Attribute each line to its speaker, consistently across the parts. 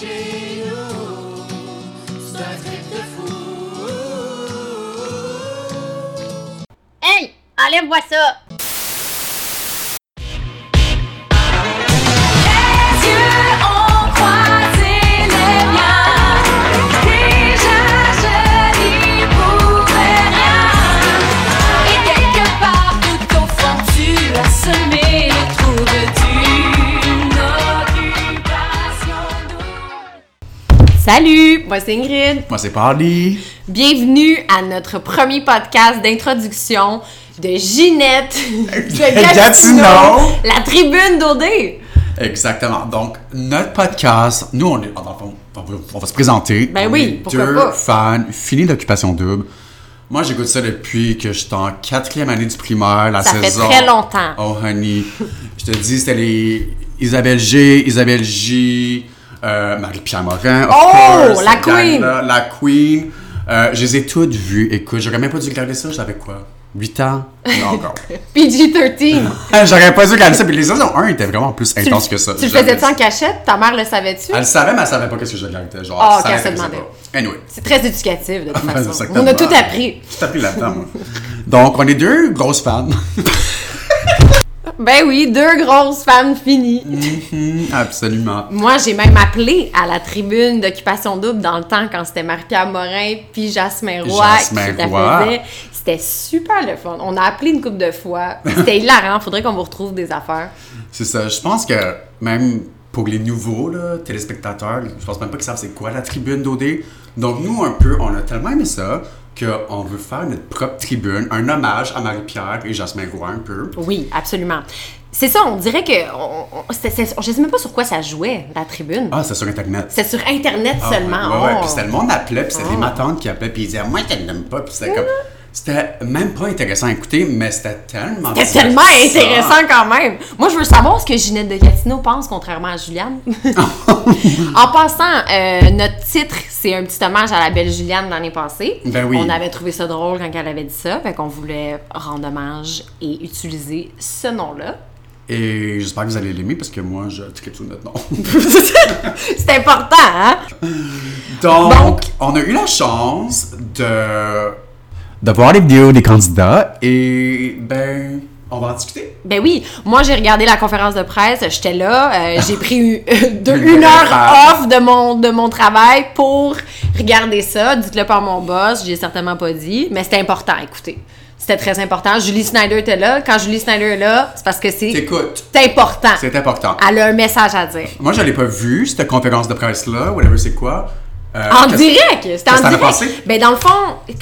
Speaker 1: chez nous. C'est un trip de fou.
Speaker 2: Hey! Enlève-moi ça!
Speaker 3: Les yeux ont croisé les miens. Déjà je n'y pouvais rien. Et quelque part tout au fond tu as semé le trou de d'une occupation douce.
Speaker 4: Salut, moi c'est Ingrid.
Speaker 5: Moi, c'est Pardi.
Speaker 4: Bienvenue à notre premier podcast d'introduction de Ginette de
Speaker 5: Gatineau.
Speaker 4: Gatineau, la tribune d'Odé.
Speaker 5: Exactement. Donc, notre podcast, nous, on, est, on, on va, on va se présenter.
Speaker 4: Ben
Speaker 5: On
Speaker 4: oui,
Speaker 5: est
Speaker 4: pourquoi
Speaker 5: deux
Speaker 4: pas.
Speaker 5: fans finis d'occupation double. Moi, j'écoute ça depuis que je suis en quatrième année du primaire, la
Speaker 4: Ça fait
Speaker 5: saison.
Speaker 4: très longtemps.
Speaker 5: Oh, honey. je te dis, c'était les Isabelle G, Isabelle J, euh, Marie-Pierre Morin. of
Speaker 4: Oh,
Speaker 5: course,
Speaker 4: la
Speaker 5: cette
Speaker 4: queen.
Speaker 5: gang-là, La queen. Euh, je les ai toutes vues. Écoute, j'aurais même pas dû regarder ça, j'avais quoi? 8 ans? Non, encore.
Speaker 4: PG-13.
Speaker 5: Ah, J'aurais pas dû regarder ça. Puis les saisons 1 étaient vraiment plus
Speaker 4: tu
Speaker 5: intenses que ça. Ah.
Speaker 4: tu le
Speaker 5: J'avais-
Speaker 4: faisais en cachette? Ta mère le savait-tu?
Speaker 5: Elle le savait, mais elle savait pas qu'est-ce que je regardais. Genre,
Speaker 4: Ah, ok,
Speaker 5: ça
Speaker 4: elle se
Speaker 5: l'intéressait
Speaker 4: demandait.
Speaker 5: pas. Anyway.
Speaker 4: C'est très éducatif de toute
Speaker 5: Ben,
Speaker 4: façon.
Speaker 5: exactement.
Speaker 4: On a tout appris.
Speaker 5: Tout appris là-dedans, moi. Donc, on est deux grosses fans.
Speaker 4: Ben oui, deux grosses femmes finies.
Speaker 5: Mhm, Absolument.
Speaker 4: Moi, j'ai même appelé à la tribune d'occupation double dans le temps quand c'était Marie-Pierre Morin puis Jasmin Roy
Speaker 5: Jasmin
Speaker 4: qui la
Speaker 5: Roy.
Speaker 4: faisait. C'était super le fun. On a appelé une couple de fois. C'était hilarant. Faudrait qu'on vous retrouve des affaires.
Speaker 5: C'est ça. Je pense que même pour les nouveaux là, téléspectateurs, je pense même pas qu'ils savent c'est quoi la tribune d'OD. Donc, nous, un peu, on a tellement aimé ça qu'on veut faire notre propre tribune, un hommage à Marie-Pierre et Jasmin Roy, un peu.
Speaker 4: Oui, absolument. C'est ça, on dirait que. on- on- c'est- c'est- je sais même pas sur quoi ça jouait, la tribune.
Speaker 5: Ah, c'est sur Internet.
Speaker 4: C'est sur Internet
Speaker 5: Ah,
Speaker 4: seulement.
Speaker 5: Ouais, ouais, ouais.
Speaker 4: Oh.
Speaker 5: Puis c'était le monde appelait, puis
Speaker 4: Ah.
Speaker 5: c'était ma tante qui appelait, puis ils disaient, moi, je ne l'aime pas. Puis c'était comme. C'était même pas intéressant à écouter, mais c'était tellement.
Speaker 4: C'était tellement
Speaker 5: divertissant.
Speaker 4: intéressant quand même. Moi, je veux savoir ce que Ginette de Gatineau pense, contrairement à Juliane. en passant, euh, notre titre, c'est un petit hommage à la belle Juliane l'année passée.
Speaker 5: Ben oui.
Speaker 4: On avait trouvé ça drôle quand elle avait dit ça, fait qu'on voulait rendre hommage et utiliser ce nom-là.
Speaker 5: Et j'espère que vous allez l'aimer, parce que moi, je tripe sous notre nom.
Speaker 4: c'est important, hein?
Speaker 5: Donc,
Speaker 4: Donc.
Speaker 5: on a eu la chance de. de voir les vidéos des candidats, et ben, on va en discuter.
Speaker 4: Ben oui, moi j'ai regardé la conférence de presse, j'étais là, euh, j'ai pris une, de-
Speaker 5: Une
Speaker 4: une heure
Speaker 5: heure.
Speaker 4: off de mon, de mon travail pour regarder ça. Dites-le par mon boss, j'ai certainement pas dit, mais c'était important, écoutez. C'était très important. Julie Snyder était là. Quand Julie Snyder est là, c'est parce que c'est
Speaker 5: T'écoutes,
Speaker 4: c'est important.
Speaker 5: c'est important.
Speaker 4: Elle a un message à dire.
Speaker 5: Moi, je l'ai pas vu, cette conférence de presse-là, whatever c'est quoi. Euh,
Speaker 4: En
Speaker 5: qu'est-ce-
Speaker 4: direct! C'était en
Speaker 5: qu'est-ce que t'en as
Speaker 4: direct!
Speaker 5: pensé?
Speaker 4: Ben, dans le fond,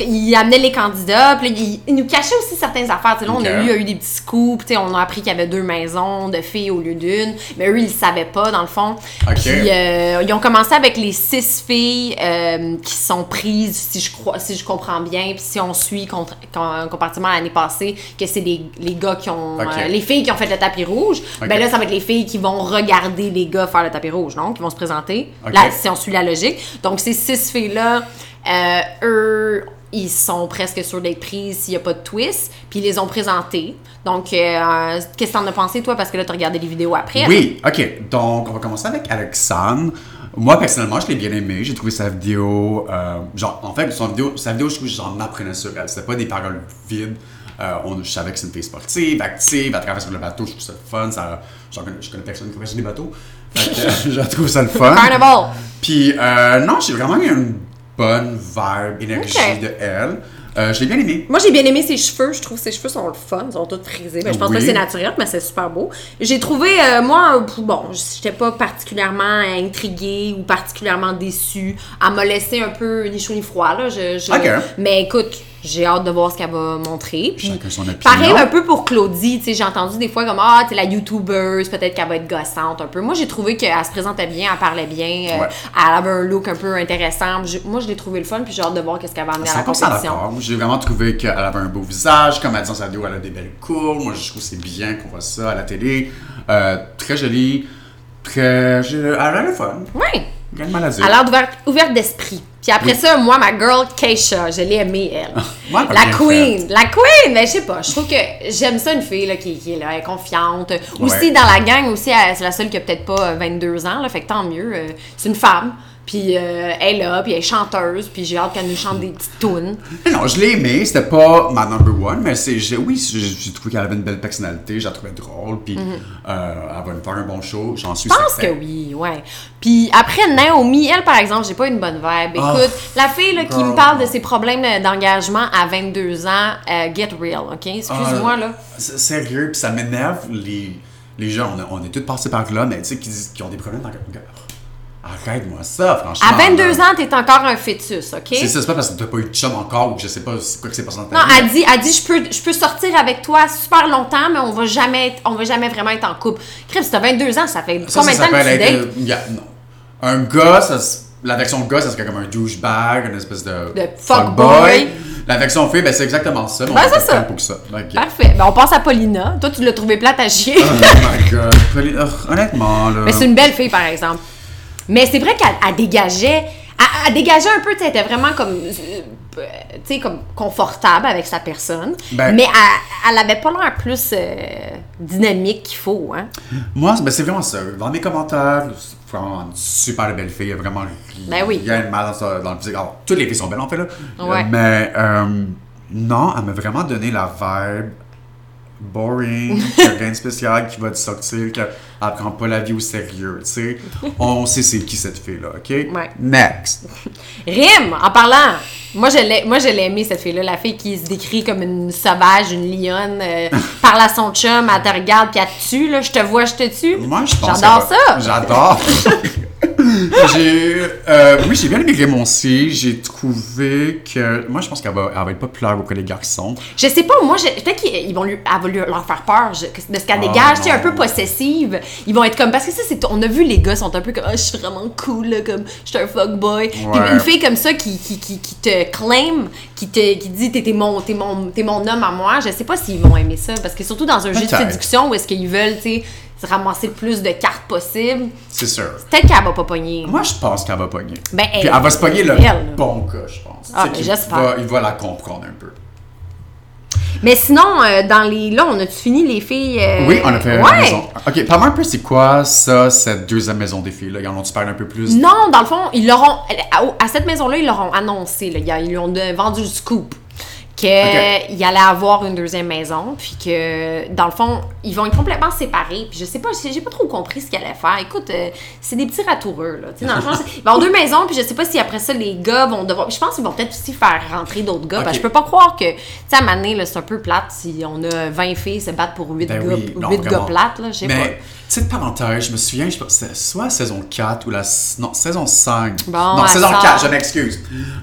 Speaker 4: il amenait les candidats, puis là, il, il nous cachait aussi certaines affaires. Tu sais, là, on a
Speaker 5: Ok.
Speaker 4: eu, a eu des petits coups, puis tu sais, on a appris qu'il y avait deux maisons de filles au lieu d'une, mais eux, ils le savaient pas, dans le fond.
Speaker 5: Ok.
Speaker 4: Puis, euh, ils ont commencé avec les six filles euh, qui sont prises, si je, crois, si je comprends bien, puis si on suit contre, con- comparativement à l'année passée, que c'est les, les gars qui ont.
Speaker 5: Ok.
Speaker 4: euh, les filles qui ont fait le tapis rouge,
Speaker 5: Ok.
Speaker 4: ben là, ça va être les filles qui vont regarder les gars faire le tapis rouge, non? Qui vont se présenter.
Speaker 5: Ok.
Speaker 4: Là, si on suit la logique. Donc, ces six filles-là, euh, eux, ils sont presque sûrs d'être prises s'il n'y a pas de twist, puis ils les ont présentées. Donc, euh, qu'est-ce que t'en as pensé, toi? Parce que là, t'as regardé les vidéos après.
Speaker 5: Oui, ok. Donc, on va commencer avec Alexandre. Moi, personnellement, je l'ai bien aimé. J'ai trouvé sa vidéo. euh, genre, en fait, son vidéo, sa vidéo, je trouve que j'en apprenais sur elle. C'était pas des paroles vides. Euh, on, je savais que c'est une fille sportive, active, à travers sur le bateau. Je trouve ça le fun. Ça, j'en connais- je connais personne qui fait sur des bateaux. Fait que, je trouve ça le fun.
Speaker 4: Carnival!
Speaker 5: Puis, euh, non, j'ai vraiment eu une bonne vibe, énergie
Speaker 4: Ok.
Speaker 5: de elle. Euh, je l'ai bien aimé.
Speaker 4: Moi, j'ai bien aimé ses cheveux. Je trouve que ses cheveux sont le fun. Ils sont tous frisés. Mais je pense
Speaker 5: Oui.
Speaker 4: pas que c'est naturel, mais c'est super beau. J'ai trouvé, euh, moi, euh, bon, j'étais pas particulièrement intriguée ou particulièrement déçue. Elle m'a laissé un peu ni chaud ni froid, là. Je, je-
Speaker 5: Ok.
Speaker 4: Mais écoute, j'ai hâte de voir ce qu'elle va montrer. Puis,
Speaker 5: Chacun son opinion.
Speaker 4: Pareil un peu pour Claudie. tu sais, J'ai entendu des fois comme Ah, t'es la YouTubeuse, peut-être qu'elle va être gossante un peu. Moi, j'ai trouvé qu'elle se présentait bien, elle parlait bien, euh,
Speaker 5: Ouais.
Speaker 4: elle avait un look un peu intéressant. Je- moi, je l'ai trouvé le fun, puis j'ai hâte de voir qu'est-ce qu'elle va amener à la
Speaker 5: 100%
Speaker 4: compétition.
Speaker 5: d'accord. J'ai vraiment trouvé qu'elle avait un beau visage. Comme elle dit dans sa vidéo, elle a des belles courbes. Moi, je trouve que c'est bien qu'on voit ça à la télé. Euh, très jolie. Très. je- Elle a le fun.
Speaker 4: Oui.
Speaker 5: Gagne maladie.
Speaker 4: À l'heure d'ouverte ouverte d'esprit. Puis après ça, moi, ma girl Keisha, je l'ai aimée, elle.
Speaker 5: Ouais, Ah, elle a
Speaker 4: la
Speaker 5: bien
Speaker 4: queen. La queen! Mais je sais pas, je trouve que j'aime ça une fille là, qui, qui est là, elle est confiante. Aussi,
Speaker 5: Ouais.
Speaker 4: dans la gang, aussi, elle- c'est la seule qui a peut-être pas euh, 22 ans, là, fait que tant mieux. euh, C'est une femme. Puis euh, elle est là, puis elle est chanteuse, puis j'ai hâte qu'elle nous chante des petites tunes.
Speaker 5: Non, je l'ai aimée, c'était pas ma number one, mais c'est, j'ai- oui, j'ai- j'ai trouvé qu'elle avait une belle personnalité, je la trouvais drôle, puis euh, elle va nous faire un bon show, j'en suis
Speaker 4: Mhm. Je pense que
Speaker 5: certain.
Speaker 4: oui, ouais. Puis après, Naomi, elle, par exemple, j'ai pas une bonne vibe.
Speaker 5: Ah,
Speaker 4: Écoute, la fille là, qui
Speaker 5: girl.
Speaker 4: me parle de ses problèmes euh, d'engagement à 22 ans, euh, get real, OK? Excuse-moi,
Speaker 5: Ah,
Speaker 4: là.
Speaker 5: s- Sérieux, puis ça m'énerve, les, les gens, on, a- on est tous passés par là, mais tu sais, qui, disent- qui ont des problèmes dans Arrête-moi ça, franchement.
Speaker 4: À 22
Speaker 5: là.
Speaker 4: ans, t'es encore un fœtus, OK?
Speaker 5: C'est ça, c'est pas parce que t'as pas eu de chum encore ou que je sais pas c'est quoi que c'est passé dans ta
Speaker 4: Non,
Speaker 5: vie.
Speaker 4: elle dit, elle dit je, peux, je peux sortir avec toi super longtemps, mais on va jamais, être- on va jamais vraiment être en couple. Crème, si t'as 22 ans, ça fait
Speaker 5: Ça,
Speaker 4: combien de
Speaker 5: ça
Speaker 4: temps que tu
Speaker 5: s'appelle
Speaker 4: dates?
Speaker 5: être- euh, yeah, non. Un gars, ça, s- la version gars, ça serait comme un douchebag, une espèce de,
Speaker 4: De
Speaker 5: fuck
Speaker 4: fuckboy.
Speaker 5: La version fille, ben c'est exactement ça. mais on
Speaker 4: Ben,
Speaker 5: est
Speaker 4: c'est ça.
Speaker 5: fait Pour ça. Ok.
Speaker 4: Parfait. Ben, on passe à Paulina. Toi, tu l'as trouvée plate à chier.
Speaker 5: Oh my god. Poli- oh, honnêtement, là.
Speaker 4: Mais c'est une belle fille, par exemple. Mais c'est vrai qu'elle elle dégageait. Elle, elle dégageait un peu, tu sais, elle était vraiment comme. euh, tu sais, comme confortable avec sa personne.
Speaker 5: Ben-
Speaker 4: mais elle, elle avait pas l'air plus euh, dynamique qu'il faut, hein.
Speaker 5: Moi, ben, c'est vraiment ça. Dans mes commentaires, c'est vraiment une super belle fille. Il y a vraiment
Speaker 4: Ben oui.
Speaker 5: rien de mal dans, sa- dans le physique. Alors, toutes les filles sont belles, en fait, là.
Speaker 4: Ouais.
Speaker 5: Mais euh, non, elle m'a vraiment donné la vibe boring, qu'il y a rien de spécial qui va te sortir, qu'elle prend pas la vie au sérieux, tu sais. On sait c'est qui cette fille-là, OK? Next.
Speaker 4: Rime, en parlant. Moi, je l'ai, moi, je l'ai aimée, cette fille-là. La fille qui se décrit comme une sauvage, une lionne. euh, parle à son chum, elle te regarde, puis elle te tue, là. Je te vois, je te tue.
Speaker 5: Moi, je pense
Speaker 4: J'adore
Speaker 5: que-
Speaker 4: ça.
Speaker 5: J'adore. j'ai, euh, oui, j'ai bien aimé Raymond C. J'ai trouvé que. Moi, je pense qu'elle va, elle va être populaire auprès des garçons.
Speaker 4: Je sais pas, moi, je- peut-être qu'ils ils vont lui, elle va lui- leur faire peur je- de ce qu'elle
Speaker 5: Ah,
Speaker 4: dégage, tu sais, un
Speaker 5: non.
Speaker 4: peu possessive. Ils vont être comme, parce que ça, c'est, on a vu les gars sont un peu comme, Ah, je suis vraiment cool, là, comme, je suis un fuckboy. Puis
Speaker 5: Ouais.
Speaker 4: une fille comme ça qui, qui, qui, qui te claim, qui te qui dit, t'es, t'es mon, t'es, mon, t'es mon homme à moi, je sais pas s'ils vont aimer ça, parce que surtout dans un jeu de
Speaker 5: Peut-être.
Speaker 4: séduction où est-ce qu'ils veulent, tu sais, se ramasser le plus de cartes possible,
Speaker 5: C'est sûr.
Speaker 4: peut-être qu'elle va pas pogner.
Speaker 5: Moi, je pense qu'elle va pogner.
Speaker 4: Ben, elle-
Speaker 5: Puis elle va se pogner le
Speaker 4: elle, là.
Speaker 5: bon gars, je pense.
Speaker 4: Ah,
Speaker 5: Tu sais
Speaker 4: ben,
Speaker 5: qu'il
Speaker 4: j'espère.
Speaker 5: va- Il va la comprendre un peu.
Speaker 4: Mais sinon, euh, dans les, là, on a-tu fini les filles? euh,
Speaker 5: Oui, on a fait la
Speaker 4: ouais.
Speaker 5: maison. Ok, parle-moi un peu, c'est quoi ça, cette deuxième maison des filles? Là? Ils en ont-tu parlé un peu plus?
Speaker 4: Non, dans le fond, ils l'auront. À à cette maison-là, ils l'auront annoncé. là. Ils lui ont don- vendu le scoop. Qu'il
Speaker 5: Ok.
Speaker 4: allait avoir une deuxième maison. Puis que, dans le fond, ils vont être complètement séparés. Puis je sais pas, j'ai j'ai pas trop compris ce qu'il allait faire. Écoute, euh, c'est des petits ratoureux, là. Tu sais, dans le fond, c'est- ils vont avoir deux maisons. Puis je sais pas si après ça, les gars vont devoir. Je pense qu'ils vont peut-être aussi faire rentrer d'autres gars.
Speaker 5: Ok.
Speaker 4: Parce que je peux pas croire que, tu sais, à Mané, c'est un peu plate si on a 20 filles se battre pour 8
Speaker 5: Ben
Speaker 4: gars,
Speaker 5: oui, non,
Speaker 4: huit gars
Speaker 5: vraiment.
Speaker 4: plates, là. Je sais
Speaker 5: Mais,
Speaker 4: pas.
Speaker 5: petite parenthèse, je me souviens, je pense que c'était soit saison 4 ou la. s- Non, saison 5.
Speaker 4: Bon,
Speaker 5: non,
Speaker 4: elle
Speaker 5: saison
Speaker 4: sort.
Speaker 5: 4, je m'excuse.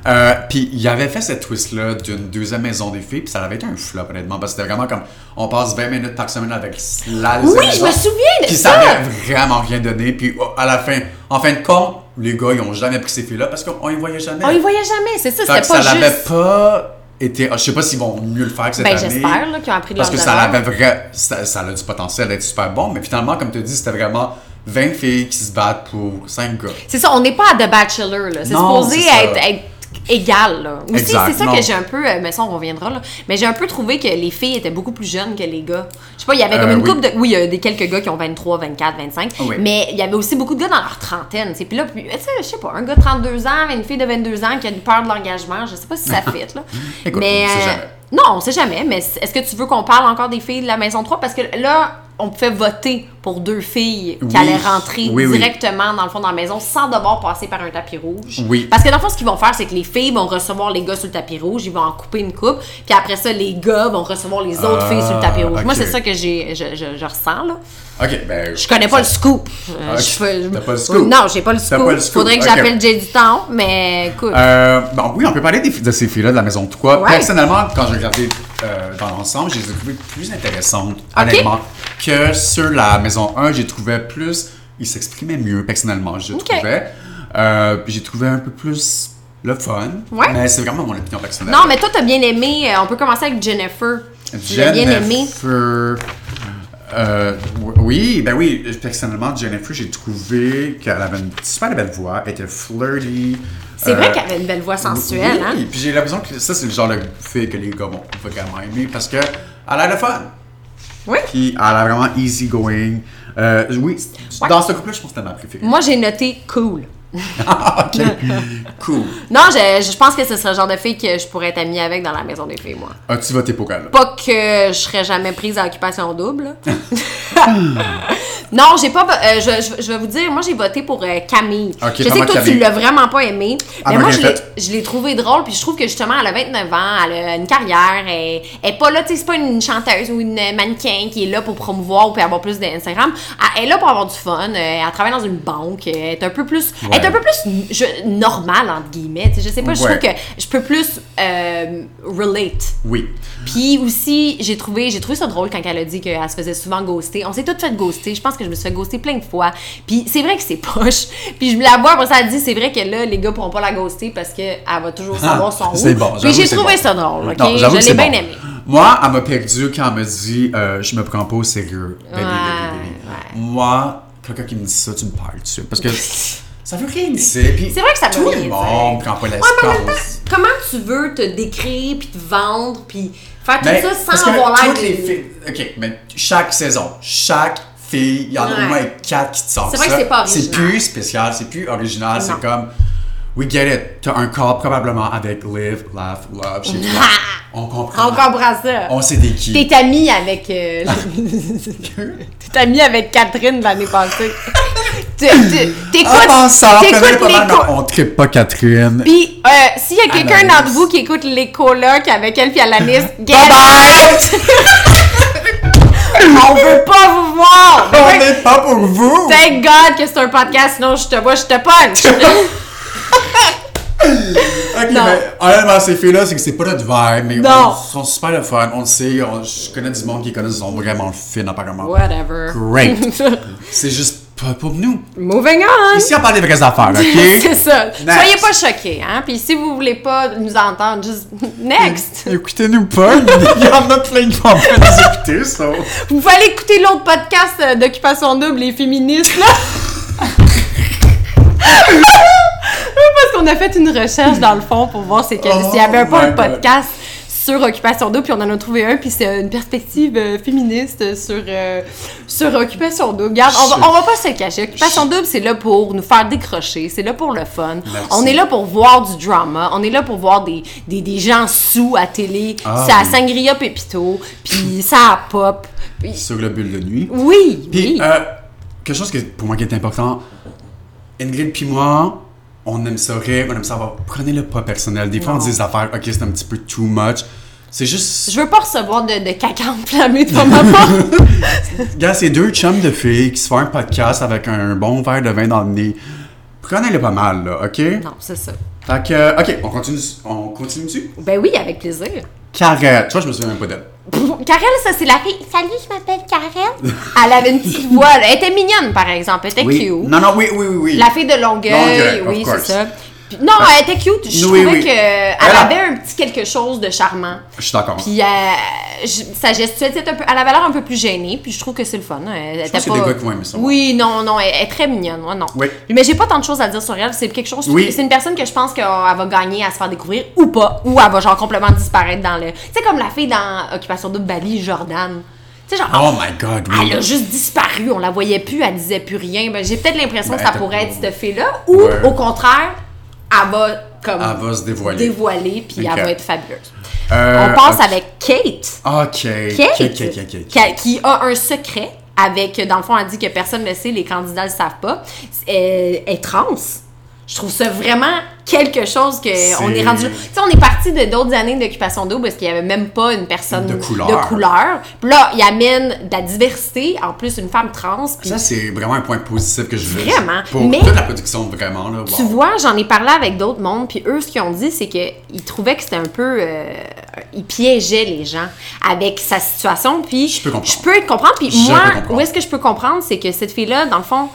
Speaker 5: Euh, puis il avait fait cette twist-là d'une deuxième maison des filles, puis ça avait été un flop, honnêtement, parce que c'était vraiment comme. On passe 20 minutes par semaine avec la
Speaker 4: Oui,
Speaker 5: maison,
Speaker 4: je me souviens de
Speaker 5: Puis
Speaker 4: ça.
Speaker 5: ça avait vraiment rien donné, puis oh, à la fin, en fin de compte, les gars, ils ont jamais pris ces filles-là parce qu'on les voyait jamais.
Speaker 4: On les voyait jamais. C'est ça, c'était
Speaker 5: Fait que
Speaker 4: pas
Speaker 5: ça l'avait
Speaker 4: juste.
Speaker 5: pas été. ah, Je sais pas s'ils vont mieux le faire que cette
Speaker 4: Ben,
Speaker 5: année.
Speaker 4: j'espère, là, qu'ils ont appris de
Speaker 5: Parce que
Speaker 4: leurs
Speaker 5: ça
Speaker 4: erreurs.
Speaker 5: l'avait vrai. Ça, ça a du potentiel d'être super bon, mais finalement, comme tu dis, c'était vraiment 20 filles qui se battent pour 5 gars.
Speaker 4: C'est ça, on n'est pas à The Bachelor, là. C'est
Speaker 5: Non,
Speaker 4: supposé
Speaker 5: c'est ça.
Speaker 4: être, être égal, là. Aussi,
Speaker 5: Exact,
Speaker 4: c'est ça
Speaker 5: non.
Speaker 4: que j'ai un peu, euh, mais ça, on reviendra, là. Mais j'ai un peu trouvé que les filles étaient beaucoup plus jeunes que les gars. Je sais pas, il y avait comme
Speaker 5: Euh,
Speaker 4: une
Speaker 5: oui.
Speaker 4: couple de. Oui, il y a des quelques gars qui ont 23, 24, 25.
Speaker 5: Oui.
Speaker 4: Mais il y avait aussi beaucoup de gars dans leur trentaine. c'est Puis là, puis, tu sais, je sais pas, un gars de 32 ans, mais une fille de 22 ans qui a une peur de l'engagement, je sais pas si ça fit, là.
Speaker 5: Écoute,
Speaker 4: mais.
Speaker 5: on sait
Speaker 4: euh,
Speaker 5: jamais.
Speaker 4: Non, on sait jamais, mais c- est-ce que tu veux qu'on parle encore des filles de la maison 3? Parce que là, on fait voter pour deux filles qui
Speaker 5: Oui.
Speaker 4: allaient rentrer
Speaker 5: Oui, oui.
Speaker 4: directement dans le fond dans la maison sans devoir passer par un tapis rouge.
Speaker 5: Oui.
Speaker 4: Parce que dans le fond, ce qu'ils vont faire, c'est que les filles vont recevoir les gars sur le tapis rouge, ils vont en couper une coupe, puis après ça, les gars vont recevoir les autres
Speaker 5: Ah,
Speaker 4: filles sur le tapis rouge. Moi,
Speaker 5: ok.
Speaker 4: c'est ça que j'ai, je, je- je ressens, là.
Speaker 5: Ok, ben.
Speaker 4: Je connais pas le scoop. Euh,
Speaker 5: Ok.
Speaker 4: je fais-
Speaker 5: Ah, T'as pas le scoop.
Speaker 4: Non, j'ai pas le
Speaker 5: T'as
Speaker 4: scoop.
Speaker 5: pas le scoop.
Speaker 4: Faudrait que
Speaker 5: Ok.
Speaker 4: j'appelle Jay du temps, mais écoute.
Speaker 5: Euh, bon, oui, on peut parler des- de ces filles-là de la maison 3.
Speaker 4: Ouais.
Speaker 5: Personnellement, quand j'ai regardé euh, dans l'ensemble, je les ai trouvées plus intéressantes, honnêtement, que sur la maison 1. J'ai trouvé plus. Ils s'exprimaient mieux, personnellement, je trouvais. Euh, puis j'ai trouvé un peu plus le fun.
Speaker 4: Ouais.
Speaker 5: Mais c'est vraiment mon opinion personnelle.
Speaker 4: non, mais toi, t'as bien aimé. euh, On peut commencer avec Jennifer. Tu l'as bien aimé.
Speaker 5: Jennifer, Euh, oui, ben oui, personnellement, Jennifer, j'ai trouvé qu'elle avait une super belle voix, elle était flirty.
Speaker 4: C'est
Speaker 5: euh,
Speaker 4: vrai qu'elle avait une belle voix sensuelle,
Speaker 5: oui,
Speaker 4: hein?
Speaker 5: puis j'ai l'impression que ça, c'est le genre de fille que les gars vont vraiment aimer parce qu'elle a le fun.
Speaker 4: Oui.
Speaker 5: Puis elle a vraiment easy going. Euh, oui, dans ce couple-là, je pense que c'était ma préférée.
Speaker 4: Moi, j'ai noté cool.
Speaker 5: Ok. cool.
Speaker 4: Non, je, je pense que ce serait le genre de fille que je pourrais être amie avec dans la maison des filles, moi.
Speaker 5: As-tu voté pour elle?
Speaker 4: Pas que je serais jamais prise à occupation double. non, j'ai pas. vo- euh, je, je- je vais vous dire, moi j'ai voté pour euh, Camille.
Speaker 5: Ok,
Speaker 4: je sais
Speaker 5: vraiment
Speaker 4: que toi
Speaker 5: Camille.
Speaker 4: tu l'as vraiment pas aimée.
Speaker 5: Ah,
Speaker 4: mais
Speaker 5: ben,
Speaker 4: moi
Speaker 5: bien
Speaker 4: je l'ai-
Speaker 5: fait.
Speaker 4: je l'ai trouvée drôle, puis je trouve que justement elle a 29 ans, elle a une carrière, elle, elle est pas là, tu sais, c'est pas une chanteuse ou une mannequin qui est là pour promouvoir ou pour avoir plus d'Instagram. Elle, elle est là pour avoir du fun, euh, elle travaille dans une banque, euh, elle est un peu plus. Elle est un peu plus je- normale, entre guillemets. tu sais, Je sais pas, je
Speaker 5: Ouais.
Speaker 4: trouve que je peux plus euh, relate.
Speaker 5: Oui.
Speaker 4: Puis aussi, j'ai trouvé, j'ai trouvé ça drôle quand elle a dit qu'elle se faisait souvent ghoster. On s'est toutes fait ghoster. Je pense que je me suis fait ghoster plein de fois. Puis c'est vrai que c'est poche. Puis je me la vois après ça, elle dit c'est vrai que là, les gars pourront pas la ghoster parce qu'elle va toujours savoir son
Speaker 5: Ah, C'est
Speaker 4: où.
Speaker 5: bon,
Speaker 4: Puis
Speaker 5: j'avoue
Speaker 4: j'ai
Speaker 5: que c'est
Speaker 4: trouvé
Speaker 5: bon.
Speaker 4: ça drôle, ok?
Speaker 5: Non, j'avoue que
Speaker 4: je
Speaker 5: c'est
Speaker 4: l'ai bien
Speaker 5: bon.
Speaker 4: aimé.
Speaker 5: Moi, elle m'a perdu quand elle m'a dit euh, Je me prends pas au sérieux. Baby, baby,
Speaker 4: Ouais,
Speaker 5: baby. Moi, quelqu'un qui me dit ça, tu me parles dessus. Parce que ça veut rien dire.
Speaker 4: C'est vrai que ça veut
Speaker 5: Tout
Speaker 4: rien
Speaker 5: le
Speaker 4: dire.
Speaker 5: monde prend pas
Speaker 4: Ouais, mais en même temps,
Speaker 5: l'espace.
Speaker 4: comment tu veux te décrire, puis te vendre, puis faire tout
Speaker 5: Mais
Speaker 4: ça
Speaker 5: Ben, parce
Speaker 4: sans
Speaker 5: que
Speaker 4: avoir l'air
Speaker 5: toutes
Speaker 4: de-
Speaker 5: les filles. Ok, mais chaque saison, chaque fille, il y en a
Speaker 4: Ouais.
Speaker 5: au moins quatre qui te sortent.
Speaker 4: C'est vrai que
Speaker 5: ça.
Speaker 4: c'est pas
Speaker 5: C'est
Speaker 4: original.
Speaker 5: plus spécial, c'est plus original.
Speaker 4: Non.
Speaker 5: C'est comme We get it. T'as un corps probablement avec Live, Laugh, Love chez toi. On comprend.
Speaker 4: On comprend ça.
Speaker 5: On sait des qui.
Speaker 4: T'es amie avec. euh, T'es amie avec Catherine de l'année passée. Tu- tu-
Speaker 5: En pensant,
Speaker 4: T'écoutes
Speaker 5: faisait
Speaker 4: t'écoutes
Speaker 5: Ah, pas Ah, mal,
Speaker 4: les
Speaker 5: non,
Speaker 4: co-
Speaker 5: on tripe pas Catherine.
Speaker 4: Puis, euh, s'il y a quelqu'un
Speaker 5: Anaïs.
Speaker 4: d'entre vous qui écoute les colocs avec elle puis Alanis, get
Speaker 5: Bye-bye!
Speaker 4: out! On veut pas vous voir!
Speaker 5: On n'est pas pour vous!
Speaker 4: Thank God que c'est un podcast, sinon je te vois, je te punch!
Speaker 5: Ok,
Speaker 4: Non.
Speaker 5: mais honnêtement, ces filles-là, c'est que c'est pas notre vibe, mais
Speaker 4: Non.
Speaker 5: ils sont super le fun, on le sait, on- je connais du monde qui connaissent, ils sont vraiment fines apparemment.
Speaker 4: Whatever.
Speaker 5: Great! c'est juste pas pour nous.
Speaker 4: Moving on!
Speaker 5: Ici, on parle des vraies affaires, ok?
Speaker 4: c'est ça.
Speaker 5: Next.
Speaker 4: Soyez pas choqués, hein? Puis si vous voulez pas nous entendre, juste next!
Speaker 5: Écoutez-nous pas, il y en a plein qui vont pas nous écouter, ça.
Speaker 4: Vous pouvez aller écouter l'autre podcast euh, d'Occupation Double, les féministes, là. Parce qu'on a fait une recherche, dans le fond, pour voir c'est que
Speaker 5: Oh
Speaker 4: s'il y avait pas
Speaker 5: my
Speaker 4: un
Speaker 5: God.
Speaker 4: podcast sur Occupation Double, puis on en a trouvé un, puis c'est une perspective euh, féministe sur, euh, sur Occupation Double. Regarde, on va, on va pas se cacher. Occupation Double, c'est là pour nous faire décrocher, c'est là pour le fun.
Speaker 5: Merci.
Speaker 4: On est là pour voir du drama, on est là pour voir des, des, des gens sous à télé,
Speaker 5: Ah
Speaker 4: ça
Speaker 5: oui.
Speaker 4: sangria pépito, puis ça a pop. Puis-
Speaker 5: Sur le bulle de nuit.
Speaker 4: Oui,
Speaker 5: Puis,
Speaker 4: oui.
Speaker 5: euh, quelque chose que, pour moi qui est important, Ingrid puis moi, on aime ça rire, on aime ça avoir. Prenez-le pas personnel. Des fois, on dit des affaires, ok, c'est un petit peu too much. C'est juste.
Speaker 4: Je veux pas recevoir de, de caca enflammé de ma part.
Speaker 5: Gars, c'est deux chums de filles qui se font un podcast avec un bon verre de vin dans le nez. Prenez-le pas mal, là, ok?
Speaker 4: non, c'est ça.
Speaker 5: Fait que, euh, ok, on continue, on continue dessus.
Speaker 4: Ben oui, avec plaisir.
Speaker 5: Carrette, tu vois, je me souviens même pas d'elle.
Speaker 4: Pff, Karel, ça, c'est la fille. Salut, je m'appelle Karel. Elle avait une petite voix. là. Elle était mignonne, par exemple. Elle était
Speaker 5: Oui.
Speaker 4: cute.
Speaker 5: Non, non, oui, oui, oui. oui.
Speaker 4: La fille de Longueuil,
Speaker 5: Longueuil, of
Speaker 4: oui,
Speaker 5: course.
Speaker 4: c'est ça. Puis- non, elle était cute. Je
Speaker 5: Oui,
Speaker 4: trouvais
Speaker 5: oui.
Speaker 4: qu'elle
Speaker 5: Elle a-
Speaker 4: avait un petit quelque chose de charmant.
Speaker 5: Je suis d'accord.
Speaker 4: Puis euh, je- sa gestuelle, c'était un peu, elle avait l'air un peu plus gênée, puis je trouve que c'est le fun. euh, Elle,
Speaker 5: pense qu'il y a des gars qui vont aimer ça.
Speaker 4: Oui, non, non, elle, elle est très mignonne, moi, non.
Speaker 5: Oui.
Speaker 4: Mais j'ai pas tant de choses à dire sur elle, c'est quelque chose,
Speaker 5: Oui.
Speaker 4: c'est une personne que je pense qu'elle va gagner à se faire découvrir, ou pas, ou elle va genre complètement disparaître dans le... Tu sais, comme la fille dans Occupation Double Bali, Jordan. Tu sais, genre,
Speaker 5: Oh my god, oui.
Speaker 4: elle a juste disparu, on la voyait plus, elle disait plus rien. Ben, j'ai peut-être l'impression
Speaker 5: Ben,
Speaker 4: que ça
Speaker 5: t'as-
Speaker 4: pourrait être cette fille-là, ou
Speaker 5: Ouais.
Speaker 4: au contraire, elle va comme...
Speaker 5: Elle va se dévoiler.
Speaker 4: Dévoiler, puis
Speaker 5: Ok.
Speaker 4: elle va être fabuleuse.
Speaker 5: Euh,
Speaker 4: On passe
Speaker 5: ok.
Speaker 4: avec Kate.
Speaker 5: Ok.
Speaker 4: Kate,
Speaker 5: Kate, Kate, Kate, Kate.
Speaker 4: qui a- qui a un secret avec, dans le fond, elle dit que personne ne le sait, les candidats le savent pas, euh, elle est trans. Je trouve ça vraiment quelque chose que on est rendu. Tu sais, on est parti de d'autres années d'occupation d'eau parce qu'il y avait même pas une personne
Speaker 5: De couleur.
Speaker 4: de couleur. Puis là, il amène de la diversité, en plus une femme trans. Puis
Speaker 5: Ça, c'est vraiment un point positif que je veux
Speaker 4: Vraiment,
Speaker 5: Pour
Speaker 4: mais-
Speaker 5: toute la production, vraiment. Là,
Speaker 4: tu
Speaker 5: wow.
Speaker 4: vois, j'en ai parlé avec d'autres mondes, puis eux, ce qu'ils ont dit, c'est que ils trouvaient que c'était un peu. euh, ils piégeaient les gens avec sa situation, puis. Je
Speaker 5: peux comprendre.
Speaker 4: Je peux comprendre, puis
Speaker 5: Je
Speaker 4: moi,
Speaker 5: peux comprendre.
Speaker 4: où est-ce que je peux comprendre, c'est que cette fille-là, dans le fond,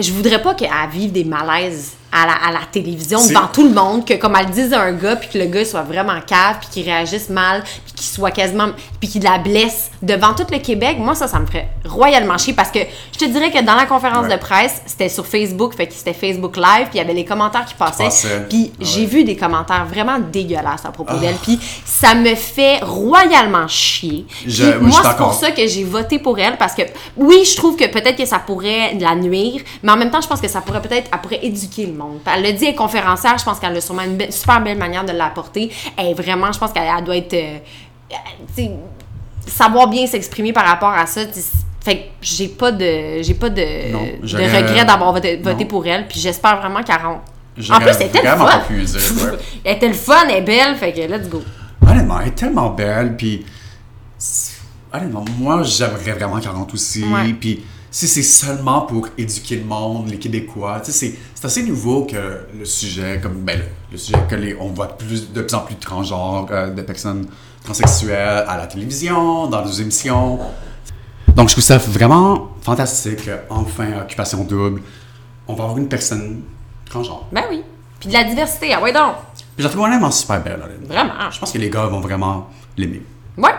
Speaker 4: je voudrais pas qu'elle vive des malaises à la, à la télévision
Speaker 5: C'est-
Speaker 4: devant tout le monde que comme elle dise à un gars puis que le gars soit vraiment cave puis qu'il réagisse mal puis qu'il soit quasiment puis qu'il la blesse devant tout le Québec moi ça ça me ferait royalement chier parce que je te dirais que dans la conférence
Speaker 5: Ouais.
Speaker 4: de presse c'était sur Facebook fait que c'était Facebook live puis il y avait les commentaires qui passaient
Speaker 5: passaient,
Speaker 4: puis
Speaker 5: ouais.
Speaker 4: j'ai vu des commentaires vraiment dégueulasses à propos d'elle puis ça me fait royalement chier
Speaker 5: Je-
Speaker 4: Puis
Speaker 5: moi, je suis
Speaker 4: moi c'est
Speaker 5: d'accord.
Speaker 4: pour ça que j'ai voté pour elle parce que oui, je trouve que peut-être que ça pourrait la nuire, mais en même temps, je pense que ça pourrait peut-être elle pourrait éduquer le monde. Elle le dit, elle est conférencière, je pense qu'elle a sûrement une be- super belle manière de l'apporter. Elle est vraiment, je pense qu'elle elle doit être euh, tu sais, savoir bien s'exprimer par rapport à ça. tu sais. Fait que j'ai pas de j'ai pas de,
Speaker 5: Non,
Speaker 4: de
Speaker 5: j'aurais-
Speaker 4: regret d'avoir voté, voté
Speaker 5: Non.
Speaker 4: pour elle, puis j'espère vraiment qu'elle rentre. En
Speaker 5: J'aurais
Speaker 4: plus, elle était le
Speaker 5: vraiment
Speaker 4: fun.
Speaker 5: pas pu dire, ouais.
Speaker 4: elle était le fun, elle est belle, fait que let's go.
Speaker 5: Honnêtement, elle est tellement belle, puis... c'est- Honnêtement, moi, j'aimerais vraiment qu'elle rentre aussi,
Speaker 4: Ouais.
Speaker 5: puis si c'est seulement pour éduquer le monde, les Québécois, tu sais, c'est- c'est assez nouveau que le sujet, comme, ben, le, le sujet que les... On voit plus, de plus en plus de transgenres, euh, de personnes transsexuelles à la télévision, dans nos émissions. Donc, je trouve ça vraiment fantastique. euh, Enfin, Occupation Double, on va avoir une personne transgenre.
Speaker 4: Ben oui. Puis de la diversité, ah ouais donc,
Speaker 5: Puis je la trouve vraiment super belle, honnêtement.
Speaker 4: vraiment.
Speaker 5: Je pense que les gars vont vraiment l'aimer.
Speaker 4: Ouais.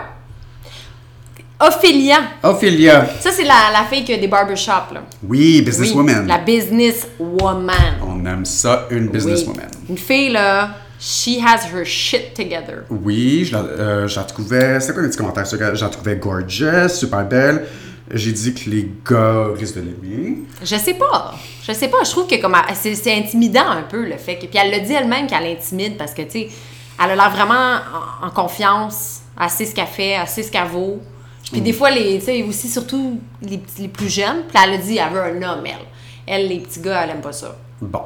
Speaker 4: Ophélia.
Speaker 5: Ophélia.
Speaker 4: Ça, c'est la, la fille qui a des barbershops, là.
Speaker 5: Oui,
Speaker 4: Oui,
Speaker 5: businesswoman.
Speaker 4: La businesswoman.
Speaker 5: On aime ça, une businesswoman.
Speaker 4: Oui. Une fille, là, she has her shit together.
Speaker 5: Oui, je la, euh, je la trouvais. C'est quoi mes petits commentaires sur elle? Je la trouvais gorgeous, super belle. J'ai dit que les gars risquent de l'aimer.
Speaker 4: Je sais pas. Je sais pas. Je trouve que comme elle- c'est c'est intimidant un peu, le fait que... Puis elle le dit elle-même qu'elle intimide parce que, tu sais, elle a l'air vraiment en, en confiance. Elle sait ce qu'elle fait, elle sait ce qu'elle vaut. Puis des fois, les, tu sais, aussi, surtout les, petits- les plus jeunes, puis elle a dit, elle veut un homme, elle. Elle, les petits gars, elle aime pas ça.
Speaker 5: Bon,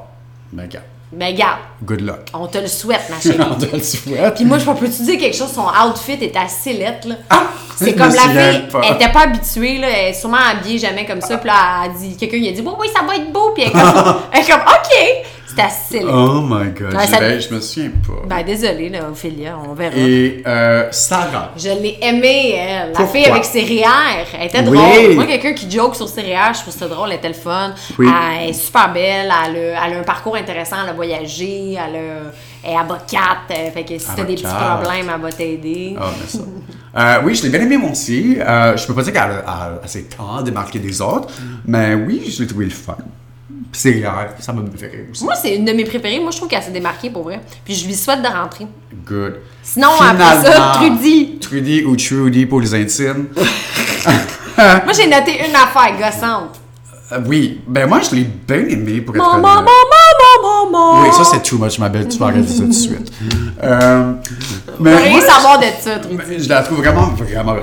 Speaker 5: ben, gars,
Speaker 4: Ben, garde.
Speaker 5: good luck.
Speaker 4: On te le souhaite, ma chérie.
Speaker 5: On te le souhaite.
Speaker 4: Puis moi, je peux-tu dire quelque chose? Son outfit est assez lettre, là.
Speaker 5: Ah!
Speaker 4: C'est
Speaker 5: Je
Speaker 4: comme
Speaker 5: me
Speaker 4: la
Speaker 5: souviens
Speaker 4: fille,
Speaker 5: pas.
Speaker 4: elle était pas habituée, là. Elle est sûrement habillée jamais comme ça. Puis là, elle a dit, quelqu'un, il a dit, bon, oui, ça va être beau. Puis elle est comme, elle est comme OK! C'est assez lettre.
Speaker 5: Oh my god,
Speaker 4: Ouais,
Speaker 5: je-
Speaker 4: ça-
Speaker 5: ben, je me souviens pas.
Speaker 4: Ben, désolée, là, Ophélia, on verra.
Speaker 5: Et euh, Sarah.
Speaker 4: Je l'ai aimée, elle. La
Speaker 5: Pourquoi?
Speaker 4: fille avec ses rires. Elle était
Speaker 5: Oui.
Speaker 4: drôle. Moi, quelqu'un qui joke sur ses rires, je trouve ça drôle. Elle était le fun.
Speaker 5: Oui.
Speaker 4: Elle est super belle. Elle a, elle a un parcours intéressant. Elle a voyagé. Elle, a, elle est avocate. euh, Fait que si t'as des petits
Speaker 5: Avocate.
Speaker 4: problèmes, elle va t'aider.
Speaker 5: Ah, ben ça. Euh, oui, je l'ai bien aimé, moi aussi. Euh, je peux pas dire qu'elle a- a- a s'est tant démarquée des autres, mais oui, je l'ai trouvé le fun. Puis c'est rare, ça m'a fait rire aussi.
Speaker 4: Moi, c'est une de mes préférées. Moi, je trouve qu'elle s'est démarquée pour vrai. Puis je lui souhaite de rentrer.
Speaker 5: Good.
Speaker 4: Sinon, après ça, Trudy.
Speaker 5: Trudy ou Trudy pour les intimes.
Speaker 4: Moi, j'ai noté une affaire gossante.
Speaker 5: Euh, oui, ben moi, je l'ai bien aimé pour être
Speaker 4: Maman,
Speaker 5: honnête.
Speaker 4: maman, maman, maman.
Speaker 5: Oui, ça, c'est too much, ma belle. Tu vas arrêter ça tout de suite. Euh, mais
Speaker 4: Faut rien
Speaker 5: moi,
Speaker 4: savoir de ça,
Speaker 5: je-
Speaker 4: Trudy.
Speaker 5: mais Ben, je la trouve vraiment, vraiment...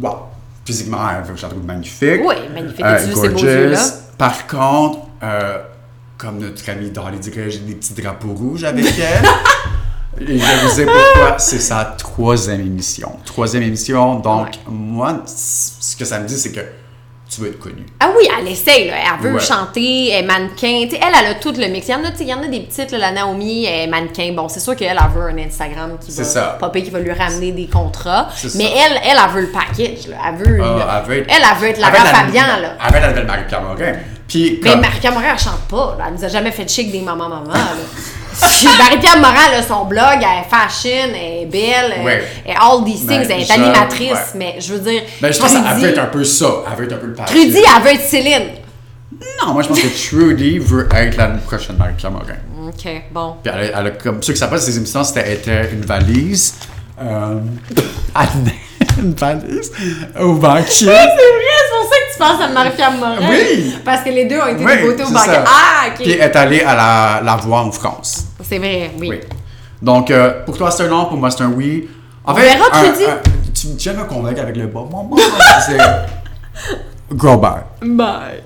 Speaker 5: Wow! Physiquement, elle- je la trouve magnifique. Euh,
Speaker 4: Oui, magnifique. Et tu veux ces beaux yeux-là?
Speaker 5: Par contre, euh, comme notre amie Dolly dirait, j'ai des petits drapeaux rouges avec elle. Et je vais vous dire pourquoi. C'est sa troisième émission. Troisième émission, donc
Speaker 4: Ouais.
Speaker 5: moi, c- ce que ça me dit, c'est que tu veux être connu.
Speaker 4: Ah oui, elle essaye, là. Elle veut
Speaker 5: Ouais.
Speaker 4: chanter, elle est mannequin. Tu sais, elle, elle a tout le mix. Il y en a, tu sais, il y en a des petites, là, la Naomi elle est mannequin. Bon, c'est sûr qu'elle, elle veut un Instagram qui va
Speaker 5: C'est ça.
Speaker 4: popper, qui va lui ramener des contrats.
Speaker 5: C'est
Speaker 4: Mais
Speaker 5: ça.
Speaker 4: elle, elle, elle veut le package, là. Elle veut, le-
Speaker 5: Ah, elle veut être,
Speaker 4: elle, elle veut être Lara
Speaker 5: elle veut être
Speaker 4: Fabian, là.
Speaker 5: Elle veut être la nouvelle Marie-Pierre Morin. Puis,
Speaker 4: Mais
Speaker 5: comme-
Speaker 4: Marie-Pierre Morin, elle chante pas. là. Elle nous a jamais fait de chic des mamans mamans. là. Puis Marie-Pierre Morin, elle a son blog, elle est fashion, elle est belle, elle-
Speaker 5: Ouais.
Speaker 4: elle, all these things,
Speaker 5: Ben,
Speaker 4: elle est
Speaker 5: je-
Speaker 4: animatrice.
Speaker 5: ouais.
Speaker 4: Mais je veux dire,
Speaker 5: ben, je pense qu'elle
Speaker 4: Trudy-
Speaker 5: veut être un peu ça. Elle veut être un peu le package.
Speaker 4: Trudy, elle veut être Céline.
Speaker 5: Non, moi, je pense que Trudy veut être la prochaine Marie-Pierre Morin.
Speaker 4: OK, bon.
Speaker 5: Puis elle, a- elle a comme ceux qui savent pas ses émissions, c'était elle était une valise. Euh, elle- une valise au banquier.
Speaker 4: C'est vrai, c'est pour ça que tu penses à Marie-Pierre Morin.
Speaker 5: Oui.
Speaker 4: Parce que les deux ont été
Speaker 5: Oui,
Speaker 4: des beautés au
Speaker 5: c'est
Speaker 4: banquet.
Speaker 5: ça.
Speaker 4: Ah,
Speaker 5: Puis elle
Speaker 4: ok.
Speaker 5: est allée à la, la voir en France.
Speaker 4: C'est vrai, oui.
Speaker 5: Oui. Donc, euh, pour toi, c'est un non, pour moi, c'est un oui. En fait,
Speaker 4: verra,
Speaker 5: un-
Speaker 4: Trudy.
Speaker 5: un- tu me tiens me convaincre avec le bon moment. hein, c'est. Grow bar.
Speaker 4: Bye.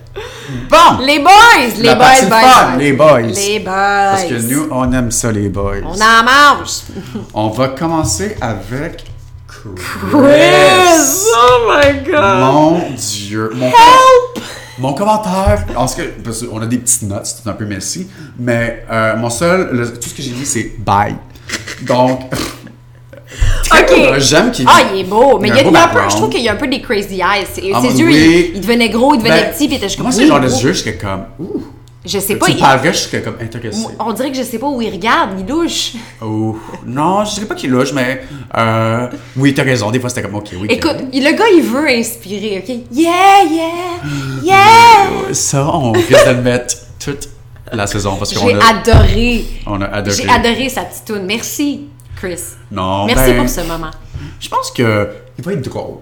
Speaker 5: Bon!
Speaker 4: Les boys, les
Speaker 5: La
Speaker 4: boys,
Speaker 5: partie de
Speaker 4: boys,
Speaker 5: fun,
Speaker 4: boys.
Speaker 5: les boys.
Speaker 4: Les boys.
Speaker 5: Parce que nous, on aime ça, les boys.
Speaker 4: on en mange.
Speaker 5: On va commencer avec. Chris.
Speaker 4: Oh my god.
Speaker 5: Mon Dieu. Mon, mon commentaire. En ce que, parce qu'on a des petites notes, c'est un peu messy. Mais euh, mon seul. le- tout ce que j'ai dit, c'est bye. Donc.
Speaker 4: Ok.
Speaker 5: J'aime qu'il.
Speaker 4: Ah, il est beau, mais il y a,
Speaker 5: un beau
Speaker 4: il y a un peu,
Speaker 5: background.
Speaker 4: je trouve qu'il y a un peu des crazy eyes. Ses,
Speaker 5: Ah,
Speaker 4: ses
Speaker 5: ben
Speaker 4: yeux,
Speaker 5: oui.
Speaker 4: ils il devenaient gros, ils devenaient
Speaker 5: Ben,
Speaker 4: petits, puis t'es juste comme.
Speaker 5: Moi, c'est
Speaker 4: oui,
Speaker 5: le genre de
Speaker 4: gros.
Speaker 5: jeu, je serais comme. Ouh.
Speaker 4: Je sais pas.
Speaker 5: Tu
Speaker 4: il-
Speaker 5: parlerais, je serais comme intéressé.
Speaker 4: On dirait que je sais pas où il regarde, il louche.
Speaker 5: Oh. Non, je dirais pas qu'il est louche, mais. Euh, oui, t'as raison. Des fois, c'était comme, OK, oui.
Speaker 4: Écoute, il- le gars, il veut inspirer, OK? Yeah, yeah, yeah!
Speaker 5: Karen. Ça, on risque de le mettre toute la saison parce qu'on
Speaker 4: J'ai
Speaker 5: a,
Speaker 4: adoré.
Speaker 5: on a adoré.
Speaker 4: J'ai adoré sa petite toune. Merci, Chris.
Speaker 5: Non,
Speaker 4: Merci
Speaker 5: ben,
Speaker 4: pour ce moment.
Speaker 5: Je pense que. Il va être drôle.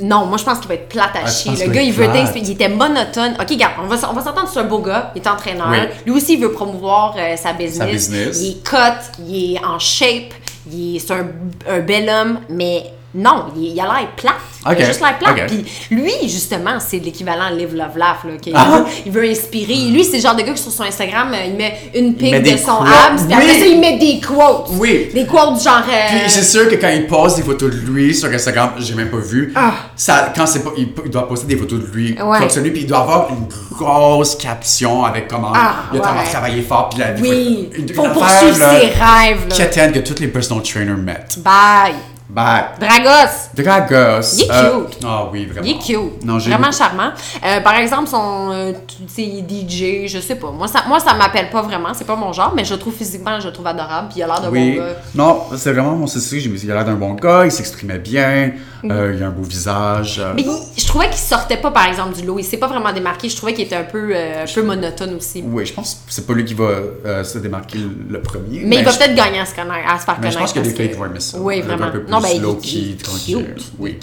Speaker 4: Non, moi, je pense qu'il va être plate à
Speaker 5: Ah, je
Speaker 4: chier.
Speaker 5: pense
Speaker 4: Le
Speaker 5: qu'il va
Speaker 4: gars,
Speaker 5: être
Speaker 4: il veut
Speaker 5: plate.
Speaker 4: t'inspirer. Il était monotone. OK, regarde, on va, s- on va s'entendre sur un beau gars. Il est entraîneur.
Speaker 5: Oui.
Speaker 4: Lui aussi, il veut promouvoir euh, sa business.
Speaker 5: Sa business.
Speaker 4: Il est cut, il est en shape, il est, c'est un, un bel homme, mais non, il, il a l'air plate. Il
Speaker 5: OK.
Speaker 4: a juste l'air plate.
Speaker 5: OK.
Speaker 4: Puis lui, justement, c'est l'équivalent Live Love Laugh. Là, qu'il
Speaker 5: Ah!
Speaker 4: veut- il veut inspirer. Lui, c'est le genre de gars qui, sur son Instagram, euh, il met une
Speaker 5: met
Speaker 4: pic
Speaker 5: des
Speaker 4: de son
Speaker 5: quotes.
Speaker 4: abs, puis après
Speaker 5: Oui!
Speaker 4: ça, il met des quotes.
Speaker 5: Oui.
Speaker 4: Des quotes du genre... euh,
Speaker 5: Puis c'est sûr que quand il poste des photos de lui sur Instagram, j'ai même pas vu.
Speaker 4: Ah.
Speaker 5: Ça, quand c'est pas, il, il doit poster des photos de lui
Speaker 4: Ouais.
Speaker 5: comme celui, puis il doit avoir une grosse caption avec comment
Speaker 4: Ah,
Speaker 5: il a
Speaker 4: ouais.
Speaker 5: travaillé, travaillé fort, puis la
Speaker 4: Oui,
Speaker 5: une- une
Speaker 4: faut
Speaker 5: affaire,
Speaker 4: poursuivre
Speaker 5: là,
Speaker 4: ses rêves, là.
Speaker 5: Qui atteignent que tous les personal trainers mettent.
Speaker 4: Bye.
Speaker 5: Bye.
Speaker 4: Dragos.
Speaker 5: Dragos.
Speaker 4: Il est cute.
Speaker 5: Ah oui, vraiment.
Speaker 4: Il est cute.
Speaker 5: Non, j'ai
Speaker 4: Vraiment charmant. Euh, par exemple, son euh, tu sais, DJ, je sais pas. Moi, ça, moi, ça m'appelle pas vraiment. C'est pas mon genre, mais je le trouve physiquement, je le trouve adorable. Puis il a l'air de
Speaker 5: Oui.
Speaker 4: bon gars.
Speaker 5: Non, c'est vraiment mon souci. J'ai mis- Il a l'air d'un bon gars, il s'exprimait bien, euh, il a un beau visage. euh,
Speaker 4: Mais il- je trouvais qu'il sortait pas, par exemple, du lot. Il s'est pas vraiment démarqué. Je trouvais qu'il était un peu, euh, un peu monotone aussi.
Speaker 5: Oui, je pense que c'est pas lui qui va euh, se démarquer le- le premier.
Speaker 4: Mais il va
Speaker 5: je-
Speaker 4: peut-être gagner à se, connaître, à se faire
Speaker 5: Mais
Speaker 4: connaître.
Speaker 5: je pense qu'il y a des
Speaker 4: parce
Speaker 5: filles
Speaker 4: que-
Speaker 5: qui vont aimer ça.
Speaker 4: Oui,
Speaker 5: Un
Speaker 4: vraiment.
Speaker 5: peu plus
Speaker 4: non, ben, il est- il
Speaker 5: low-key,
Speaker 4: est
Speaker 5: tranquille.
Speaker 4: cute.
Speaker 5: Oui.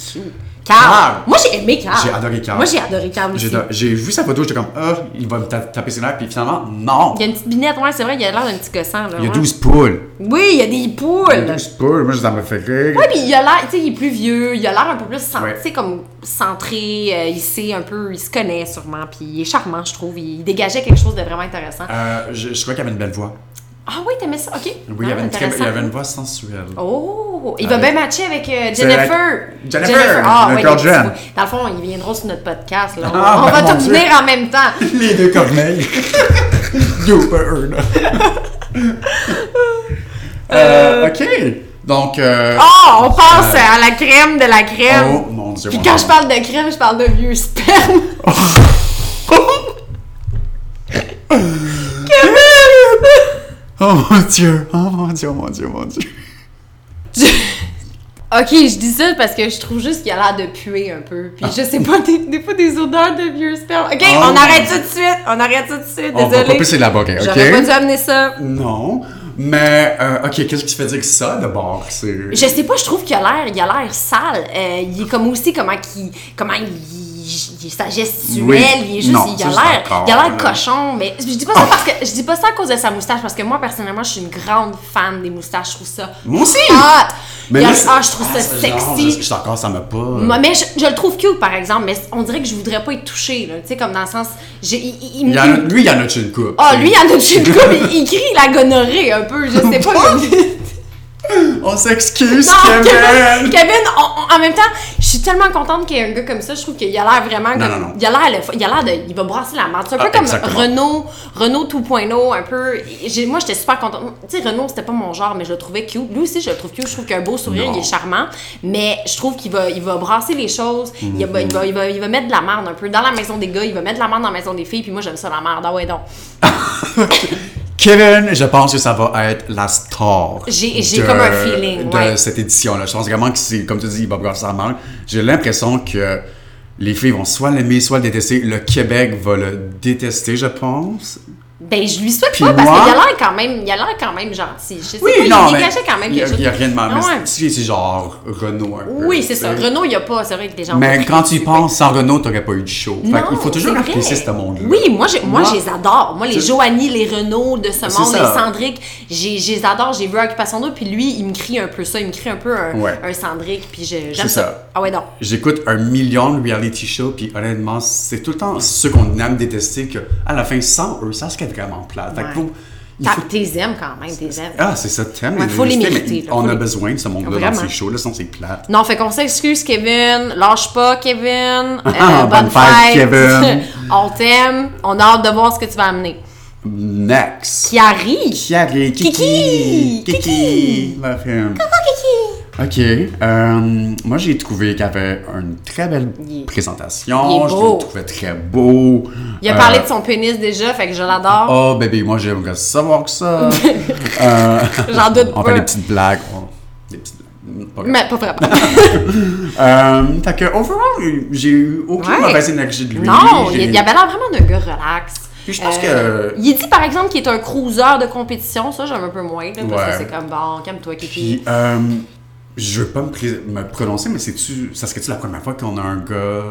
Speaker 4: Carl.
Speaker 5: Carl.
Speaker 4: Moi, j'ai aimé Carl.
Speaker 5: J'ai adoré Carl.
Speaker 4: Moi, j'ai adoré Carl
Speaker 5: J'ai
Speaker 4: aussi.
Speaker 5: j'ai vu sa photo, j'étais comme, ah, il va me ta- taper ses nerfs, puis finalement, non!
Speaker 4: Il y a une petite binette, ouais, c'est vrai, il a l'air d'un petit cossin. Là,
Speaker 5: Il y a
Speaker 4: ouais.
Speaker 5: 12 poules.
Speaker 4: Oui, il y a des
Speaker 5: Il y a
Speaker 4: poules.
Speaker 5: 12 poules, moi, ça m'a fait rire.
Speaker 4: Ouais, puis il a l'air, tu sais, il est plus vieux, il a l'air un peu plus, cen-
Speaker 5: Ouais.
Speaker 4: tu sais, comme centré, euh, il sait un peu, il se connaît sûrement, puis il est charmant, je trouve. Il, il dégageait quelque chose de vraiment intéressant.
Speaker 5: Euh, je, je crois qu'il avait une belle voix.
Speaker 4: Ah oui, t'aimais ça, ok.
Speaker 5: Oui,
Speaker 4: Ah,
Speaker 5: il, avait une très, il
Speaker 4: intéressant.
Speaker 5: avait une voix sensuelle.
Speaker 4: Oh, il va
Speaker 5: Avec-
Speaker 4: bien matcher avec euh,
Speaker 5: C'est avec-
Speaker 4: Jennifer.
Speaker 5: Jennifer,
Speaker 4: Ah,
Speaker 5: le
Speaker 4: ouais,
Speaker 5: corps
Speaker 4: les
Speaker 5: jeune.
Speaker 4: petits- Dans le fond, ils viendront sur notre podcast. Là. On,
Speaker 5: Ah,
Speaker 4: on
Speaker 5: ben,
Speaker 4: va
Speaker 5: mon
Speaker 4: tout
Speaker 5: Dieu.
Speaker 4: venir en même temps.
Speaker 5: Les deux corneilles. Deux birds. euh, OK. Donc. euh,
Speaker 4: Oh, on passe à la crème de la crème.
Speaker 5: Ah. Oh mon dieu.
Speaker 4: Puis
Speaker 5: mon
Speaker 4: quand
Speaker 5: Dieu.
Speaker 4: je parle de crème, je parle de vieux sperme.
Speaker 5: Oh mon dieu. Oh mon dieu, mon dieu, mon dieu.
Speaker 4: Ok, je dis ça parce que je trouve juste qu'il a l'air de puer un peu. Puis je sais pas, des, des fois des odeurs de vieux sperme. Ok,
Speaker 5: Oh.
Speaker 4: on arrête tout de suite. On arrête tout de suite.
Speaker 5: On va pas
Speaker 4: Désolé.
Speaker 5: plus élaborer, OK?
Speaker 4: J'aurais pas dû amener ça.
Speaker 5: Non. Mais, euh, OK, qu'est-ce qui te fait dire que ça, d'abord? C'est.
Speaker 4: Je sais pas, je trouve qu'il a l'air, il a l'air sale. Euh, il est comme aussi comment qu'il, comment il, il, est sa gestuelle.
Speaker 5: Oui.
Speaker 4: Il est juste,
Speaker 5: Non,
Speaker 4: il
Speaker 5: ça,
Speaker 4: a
Speaker 5: je
Speaker 4: l'air,
Speaker 5: suis d'accord,
Speaker 4: il a l'air
Speaker 5: là.
Speaker 4: cochon. Mais je dis pas ça parce que, je dis pas ça à cause de sa moustache parce que moi personnellement, je suis une grande fan des moustaches. Je trouve ça.
Speaker 5: Moi aussi!
Speaker 4: hot. Il a-
Speaker 5: là, c'est-
Speaker 4: ah, je trouve ça
Speaker 5: c'est genre,
Speaker 4: sexy.
Speaker 5: je- je suis encore, ça m'a pas.
Speaker 4: Moi, mais je, je le trouve cute, par exemple, mais on dirait que je voudrais pas être touchée, là. Tu sais, comme dans le sens. j'ai- il- il- il me-
Speaker 5: Il y en a- lui, il y en a tué une coupe.
Speaker 4: Ah, lui, il en a touché une coupe, il, il crie la gonorrhée un peu, je sais pas. mais-
Speaker 5: On s'excuse,
Speaker 4: Non, Kevin,
Speaker 5: Kevin!
Speaker 4: Kevin, on- on- en même temps, je suis tellement contente qu'il y ait un gars comme ça, je trouve qu'il a l'air vraiment
Speaker 5: Non,
Speaker 4: comme-
Speaker 5: non, non.
Speaker 4: Il a l'air le f- il a l'air de il va brasser la merde. C'est un peu
Speaker 5: Ah,
Speaker 4: comme
Speaker 5: exactement.
Speaker 4: Renault, Renault 2.0 un peu. J'ai- moi j'étais super contente. Tu sais Renault, c'était pas mon genre mais je le trouvais cute. Lui aussi je le trouve cute, je trouve qu'il a un beau sourire,
Speaker 5: Non.
Speaker 4: il est charmant, mais je trouve qu'il va il va brasser les choses, il, va, il, va, il va il va mettre de la merde un peu dans la maison des gars, il va mettre de la merde dans la maison des filles, puis moi j'aime ça la merde. Ah ouais donc.
Speaker 5: Kevin, je pense que ça va être la star.
Speaker 4: J'ai- j'ai
Speaker 5: de-
Speaker 4: comme un feeling,
Speaker 5: De
Speaker 4: ouais.
Speaker 5: cette édition-là. Je pense vraiment que c'est, comme tu dis, Bob Gossard manque. J'ai l'impression que les filles vont soit l'aimer, soit le détester. Le Québec va le détester, je pense.
Speaker 4: Ben je lui souhaite
Speaker 5: Puis
Speaker 4: pas parce
Speaker 5: moi-
Speaker 4: qu'il a l'air quand même il a l'air quand même gentil. Je sais pas, il dégageait quand même
Speaker 5: il y a-
Speaker 4: quelque chose.
Speaker 5: Il n'y a rien de mal.
Speaker 4: Ah
Speaker 5: mais
Speaker 4: ouais.
Speaker 5: c'est- c'est genre Renault un peu,
Speaker 4: Oui,
Speaker 5: tu
Speaker 4: c'est ça.
Speaker 5: sais.
Speaker 4: Renault, il n'y a pas. C'est vrai que les gens.
Speaker 5: Euh, ben, Mais quand tu y penses, sans Renault, t'aurais pas eu de show. Fait qu'il faut toujours
Speaker 4: c'est
Speaker 5: apprécier
Speaker 4: vrai.
Speaker 5: ce monde-là.
Speaker 4: Oui, moi, j'ai- moi,
Speaker 5: Moi-
Speaker 4: je les adore. Moi, les
Speaker 5: C'est-
Speaker 4: Joanie, les Renault de ce
Speaker 5: C'est
Speaker 4: monde,
Speaker 5: ça.
Speaker 4: les Cendric, j'ai- je les adore. J'ai vu Occupation d'eau, puis lui, il me crie un peu ça. Il me crie un peu un,
Speaker 5: Ouais.
Speaker 4: un Cendric, puis je- j'aime ça.
Speaker 5: C'est ça.
Speaker 4: Ah ouais, non.
Speaker 5: J'écoute un million de reality shows, puis honnêtement, c'est tout le temps ceux qu'on aime détester que à la fin, sans eux, ça serait vraiment plate. Fait que
Speaker 4: Ouais.
Speaker 5: faut- il
Speaker 4: T'as-
Speaker 5: faut-
Speaker 4: T'es aimes quand même, t'es aimes.
Speaker 5: Ah, c'est ça, t'aimes
Speaker 4: Ouais, faut les
Speaker 5: détester, mais
Speaker 4: mériter, là,
Speaker 5: On
Speaker 4: faut
Speaker 5: a
Speaker 4: les-
Speaker 5: besoin de ce monde-là dans
Speaker 4: Vraiment.
Speaker 5: ces shows-là, sinon c'est plate.
Speaker 4: Non, fait qu'on s'excuse, Kevin. Lâche pas, Kevin. Euh,
Speaker 5: Ah, Bonne fête, Kevin.
Speaker 4: On t'aime. On a hâte de voir ce que tu vas amener.
Speaker 5: Next!
Speaker 4: Qui arrive.
Speaker 5: Chiari, Kiki!
Speaker 4: Kiki!
Speaker 5: Kiki! Ma femme.
Speaker 4: Kiki.
Speaker 5: OK. euh, moi, j'ai trouvé qu'il avait une très belle
Speaker 4: Il est- il
Speaker 5: présentation.
Speaker 4: est
Speaker 5: Je
Speaker 4: beau.
Speaker 5: le trouvais très beau.
Speaker 4: Il a
Speaker 5: Euh,
Speaker 4: parlé de son pénis déjà, fait que je l'adore.
Speaker 5: Oh, bébé, moi, j'aimerais savoir que ça. Euh,
Speaker 4: J'en doute
Speaker 5: on
Speaker 4: pas.
Speaker 5: fait des petites blagues. on- Des petites blagues. Pas grave.
Speaker 4: Mais pas vraiment.
Speaker 5: Euh, fait que, overall, j'ai eu aucune
Speaker 4: Ouais.
Speaker 5: mauvaise énergie de lui.
Speaker 4: non, il,
Speaker 5: J'ai-
Speaker 4: il avait l'air vraiment d'un gars relax. Euh,
Speaker 5: Puis je pense que-
Speaker 4: Il dit par exemple qu'il est un cruiser de compétition, ça j'aime un peu moins, là, parce que
Speaker 5: Ouais.
Speaker 4: c'est comme bon, calme-toi, Kiki.
Speaker 5: Puis, euh, je veux pas me, pré- me prononcer, mais c'est-tu, ça serait-tu la première fois qu'on a un gars,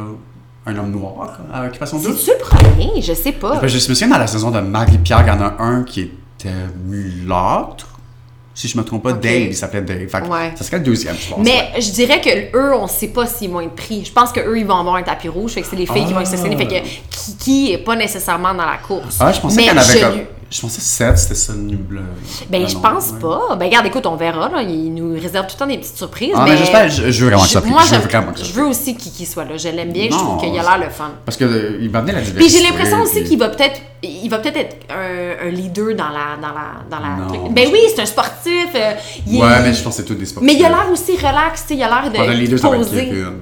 Speaker 5: un homme noir euh, à Occupation Double?
Speaker 4: C'est-tu le premier? Je sais pas.
Speaker 5: Ben, je me souviens dans la saison de Marie-Pierre, il y en a un qui était mulâtre. Si je me trompe pas,
Speaker 4: Ok.
Speaker 5: Dave, il s'appelait Dave. Fait que
Speaker 4: Ouais.
Speaker 5: Ça serait le deuxième, je pense.
Speaker 4: Mais je dirais que eux, on sait pas s'ils vont être pris. Je pense que eux, ils vont avoir un tapis rouge, fait que c'est les filles qui vont
Speaker 5: Ah.
Speaker 4: être stationnées. Fait que Kiki est pas nécessairement dans la course.
Speaker 5: Ah, je pensais
Speaker 4: Mais
Speaker 5: qu'elle avait
Speaker 4: je
Speaker 5: comme.
Speaker 4: lui-
Speaker 5: Je pensais 7, c'était ça le nuble.
Speaker 4: Ben,
Speaker 5: Ah
Speaker 4: je
Speaker 5: non,
Speaker 4: pense
Speaker 5: ouais.
Speaker 4: pas. Ben, regarde, écoute, on verra. Là. Il nous réserve tout le temps des petites surprises.
Speaker 5: Ah, mais j'espère, je, je veux vraiment que ça
Speaker 4: Je-
Speaker 5: prie.
Speaker 4: Moi,
Speaker 5: je veux
Speaker 4: j'aime-
Speaker 5: vraiment que ça
Speaker 4: je
Speaker 5: prie.
Speaker 4: veux aussi qu'il qu'il soit là. Je l'aime bien. je
Speaker 5: Non,
Speaker 4: trouve qu'il a l'air le fun.
Speaker 5: Parce qu'il m'a amené la diversité.
Speaker 4: Puis j'ai l'impression aussi
Speaker 5: puis-
Speaker 4: qu'il va peut-être il va peut-être être un, un leader dans la dans la dans la
Speaker 5: Non.
Speaker 4: truc. Ben oui, c'est un sportif. euh, il est-
Speaker 5: Ouais, mais je pense que c'est tout des sportifs.
Speaker 4: mais il a l'air aussi relax, tu sais, il a l'air de
Speaker 5: Pas de leader, ça va être
Speaker 4: posé.
Speaker 5: Kevin.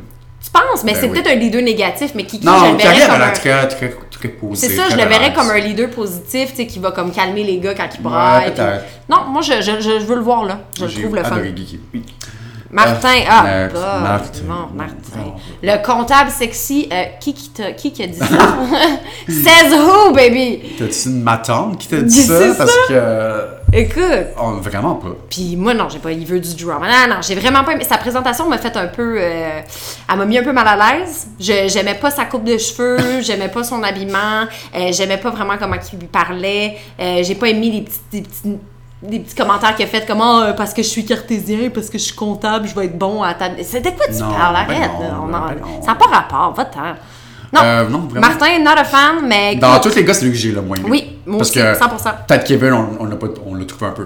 Speaker 4: Tu penses, mais
Speaker 5: Ben
Speaker 4: c'est
Speaker 5: oui.
Speaker 4: peut-être un leader négatif, mais Kiki, je
Speaker 5: Non,
Speaker 4: le
Speaker 5: Karine
Speaker 4: verrais
Speaker 5: avait
Speaker 4: comme un...
Speaker 5: l'air très, très, très posée.
Speaker 4: C'est ça, je
Speaker 5: très
Speaker 4: le verrais
Speaker 5: relax.
Speaker 4: comme un leader positif, tu sais, qui va comme calmer les gars quand ils braillent. puis-
Speaker 5: peut-être.
Speaker 4: Non, moi, je, je, je veux le voir, là. Je le
Speaker 5: J'ai
Speaker 4: trouve le fun.
Speaker 5: adoré Guigui.
Speaker 4: Martin,
Speaker 5: Euh,
Speaker 4: ah,
Speaker 5: Martin,
Speaker 4: bah,
Speaker 5: Martin.
Speaker 4: bon, Martin.
Speaker 5: Bon.
Speaker 4: Le comptable sexy, euh, qui, qui, t'a- qui qui a dit ça? Says who, baby?
Speaker 5: T'as-tu une matante qui t'a
Speaker 4: Dis-
Speaker 5: dit ça?
Speaker 4: c'est
Speaker 5: Parce
Speaker 4: ça.
Speaker 5: que.
Speaker 4: Écoute,
Speaker 5: on- vraiment pas.
Speaker 4: puis moi, non, j'ai pas, il veut du drama. Non, non, j'ai vraiment pas aimé. Sa présentation m'a fait un peu, euh, elle m'a mis un peu mal à l'aise. Je- J'aimais pas sa coupe de cheveux, j'aimais pas son habillement, euh, j'aimais pas vraiment comment il lui parlait. Euh, j'ai pas aimé les petits, les petits les petits commentaires qu'il a fait comment parce que je suis cartésien parce que je suis comptable je vais être bon à ta c'était quoi tu
Speaker 5: Non,
Speaker 4: parles
Speaker 5: ben
Speaker 4: arrête
Speaker 5: non,
Speaker 4: là, on
Speaker 5: ben
Speaker 4: en-
Speaker 5: non.
Speaker 4: ça n'a pas rapport va-t'en non,
Speaker 5: Euh, non, vraiment.
Speaker 4: Martin not a fan mais
Speaker 5: Dans
Speaker 4: écoute,
Speaker 5: tous les gars, c'est lui que j'ai le moins aimé.
Speaker 4: Oui, moi
Speaker 5: Parce
Speaker 4: aussi,
Speaker 5: que
Speaker 4: 100%.
Speaker 5: Peut-être Kevin, on, on l'a pas- on l'a trouvé un peu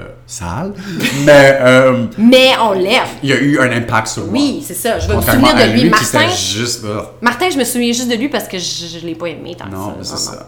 Speaker 5: euh, sale. mais euh,
Speaker 4: mais on l'aime
Speaker 5: il y a eu un impact sur moi.
Speaker 4: oui c'est ça je vais me
Speaker 5: Contrairement
Speaker 4: souvenir
Speaker 5: à
Speaker 4: de lui,
Speaker 5: lui, qui
Speaker 4: Martin
Speaker 5: était juste. euh,
Speaker 4: Martin, je me souviens juste de lui parce que je, je l'ai pas aimé tant
Speaker 5: non, mais
Speaker 4: que
Speaker 5: c'est
Speaker 4: ça. vraiment.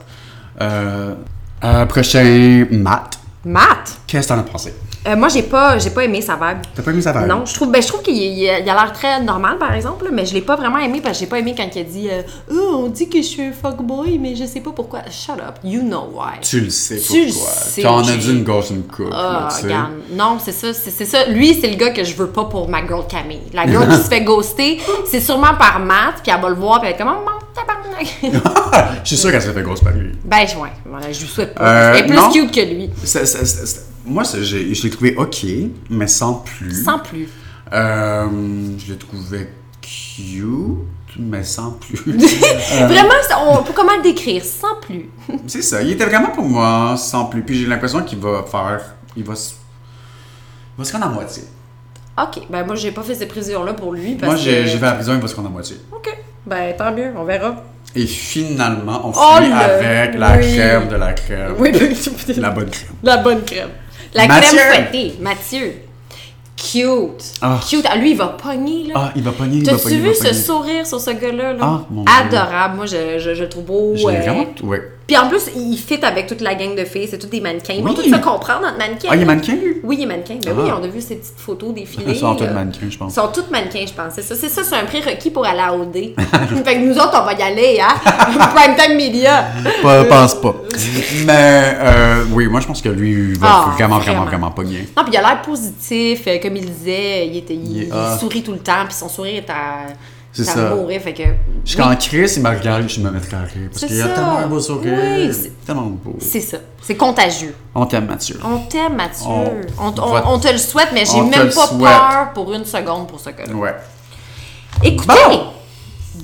Speaker 5: ça. Euh, euh, prochain, Matt.
Speaker 4: Matt,
Speaker 5: Qu'est-ce que t'en as pensé?
Speaker 4: euh, moi j'ai pas, j'ai pas aimé sa vibe.
Speaker 5: T'as pas aimé sa vibe?
Speaker 4: Non, je trouve, ben, je trouve qu'il il a il a l'air très normal par exemple, là, mais je l'ai pas vraiment aimé parce que j'ai pas aimé quand il a dit, euh, oh, on dit que je suis un fuckboy, mais je sais pas pourquoi. Shut up, you know why.
Speaker 5: Tu le sais
Speaker 4: Tu le
Speaker 5: pourquoi.
Speaker 4: sais.
Speaker 5: Quand on a dit une gauche, une coupe.
Speaker 4: Ah,
Speaker 5: là, tu sais.
Speaker 4: regarde. Non, c'est ça, c'est c'est ça. Lui, c'est le gars que je veux pas pour ma girl Camille. La girl qui se fait ghoster, c'est sûrement par Matt, puis elle va le voir, puis elle est comme, oh, mon tabarnak.
Speaker 5: Je suis sûr qu'elle se fait grosse par lui.
Speaker 4: ben, je, ouais, voilà, je lui souhaite pas.
Speaker 5: Euh,
Speaker 4: Elle est plus
Speaker 5: non.
Speaker 4: cute que lui.
Speaker 5: Ça- ça- ça- ça- moi, ça, j'ai- je l'ai trouvé OK, mais sans plus.
Speaker 4: Sans plus.
Speaker 5: Euh, je l'ai trouvé cute, mais sans plus. Euh.
Speaker 4: Vraiment, ça- on, pour comment le décrire? Sans plus.
Speaker 5: C'est ça. Il était vraiment pour moi sans plus. Puis j'ai l'impression qu'il va faire. Il va se. Il va se rendre à moitié.
Speaker 4: OK. Ben, moi, j'ai pas fait cette prévision-là pour lui. Parce
Speaker 5: moi, j'ai
Speaker 4: que-
Speaker 5: j'ai fait la prison, il va se rendre à moitié.
Speaker 4: OK. Ben, tant mieux. On verra.
Speaker 5: Et finalement, on
Speaker 4: Oh
Speaker 5: finit
Speaker 4: le-
Speaker 5: avec la
Speaker 4: oui.
Speaker 5: crème de la crème.
Speaker 4: Oui, ben,
Speaker 5: La bonne crème.
Speaker 4: La bonne crème. La
Speaker 5: Mathieu.
Speaker 4: crème fouettée. Mathieu. Cute.
Speaker 5: Ah.
Speaker 4: Cute. Ah, lui, il va pogner, là.
Speaker 5: Ah, il va pogner, il va
Speaker 4: T'as-tu
Speaker 5: pogner. il va
Speaker 4: vu ce
Speaker 5: pogner.
Speaker 4: sourire sur ce gars-là? Là?
Speaker 5: Ah, mon Dieu.
Speaker 4: Adorable. Moi, je, je, je le trouve beau.
Speaker 5: Je l'ai
Speaker 4: euh,
Speaker 5: vraiment. Ouais.
Speaker 4: Puis en plus, il fit avec toute la gang de filles. C'est tous des mannequins. Ils vont
Speaker 5: Oui.
Speaker 4: tous se comprendre, notre mannequin.
Speaker 5: Ah, il est mannequin, lui?
Speaker 4: Oui, il est mannequin. Ben
Speaker 5: Ah.
Speaker 4: oui, on a vu ces petites photos défiler.
Speaker 5: Ils sont tous
Speaker 4: là.
Speaker 5: mannequins, je pense.
Speaker 4: Ils sont tous mannequins, je pense. C'est ça, c'est ça, c'est un prérequis pour aller à OD. fait que nous autres, on va y aller, hein? Prime Time Media.
Speaker 5: Pas, pense pas. Mais euh, oui, moi je pense que lui il va
Speaker 4: Ah, vraiment.
Speaker 5: vraiment, vraiment, vraiment pas bien.
Speaker 4: Non, puis il a l'air positif. euh, Comme il disait, il, était, il,
Speaker 5: Il est
Speaker 4: il
Speaker 5: hot.
Speaker 4: sourit tout le temps, puis son sourire est à...
Speaker 5: C'est
Speaker 4: est à
Speaker 5: ça.
Speaker 4: mourir, fait que...
Speaker 5: Je suis en crise, il me regarde, je me mettrai à rire. Parce
Speaker 4: C'est
Speaker 5: qu'il a
Speaker 4: ça.
Speaker 5: tellement un beau sourire.
Speaker 4: Oui, c'est-
Speaker 5: tellement beau.
Speaker 4: C'est ça. C'est contagieux.
Speaker 5: On t'aime, Mathieu.
Speaker 4: On t'aime, Mathieu.
Speaker 5: On-
Speaker 4: On, on-
Speaker 5: va-
Speaker 4: on te le souhaite, mais j'ai
Speaker 5: On te
Speaker 4: même
Speaker 5: le
Speaker 4: pas
Speaker 5: souhaite.
Speaker 4: peur pour une seconde pour ce que
Speaker 5: Ouais.
Speaker 4: Écoutez!
Speaker 5: Bon.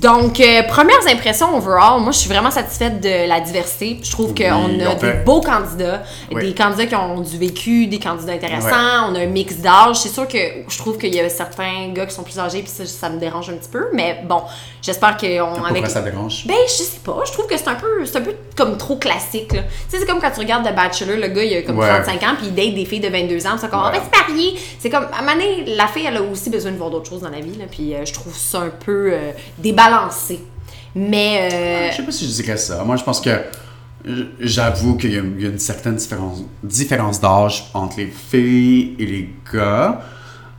Speaker 4: Donc, euh, premières impressions overall, moi je suis vraiment satisfaite de la diversité. Je trouve
Speaker 5: Oui,
Speaker 4: qu'on a
Speaker 5: on fait.
Speaker 4: des beaux candidats,
Speaker 5: Oui.
Speaker 4: des candidats qui ont du vécu, des candidats intéressants, on a un mix d'âge. C'est sûr que je trouve qu'il y a certains gars qui sont plus âgés, puis ça, ça me dérange un petit peu, mais bon, j'espère qu'on.
Speaker 5: Pourquoi ça dérange?
Speaker 4: Ben, je sais pas. Je trouve que c'est un peu, c'est un peu comme trop classique. là. Tu sais, c'est comme quand tu regardes The Bachelor, le gars, il a comme
Speaker 5: Ouais.
Speaker 4: 35 ans, puis il date des filles de 22 ans. C'est comme,
Speaker 5: Ouais.
Speaker 4: on va se marier. C'est comme, à un moment donné, la fille, elle a aussi besoin de voir d'autres choses dans la vie. là, puis euh, je trouve ça un peu euh, débalancé. Mais. euh,
Speaker 5: Je sais pas si je dirais ça. Moi je pense que euh, j'avoue qu'il y, a- il y a une certaine différence, différence d'âge entre les filles et les gars.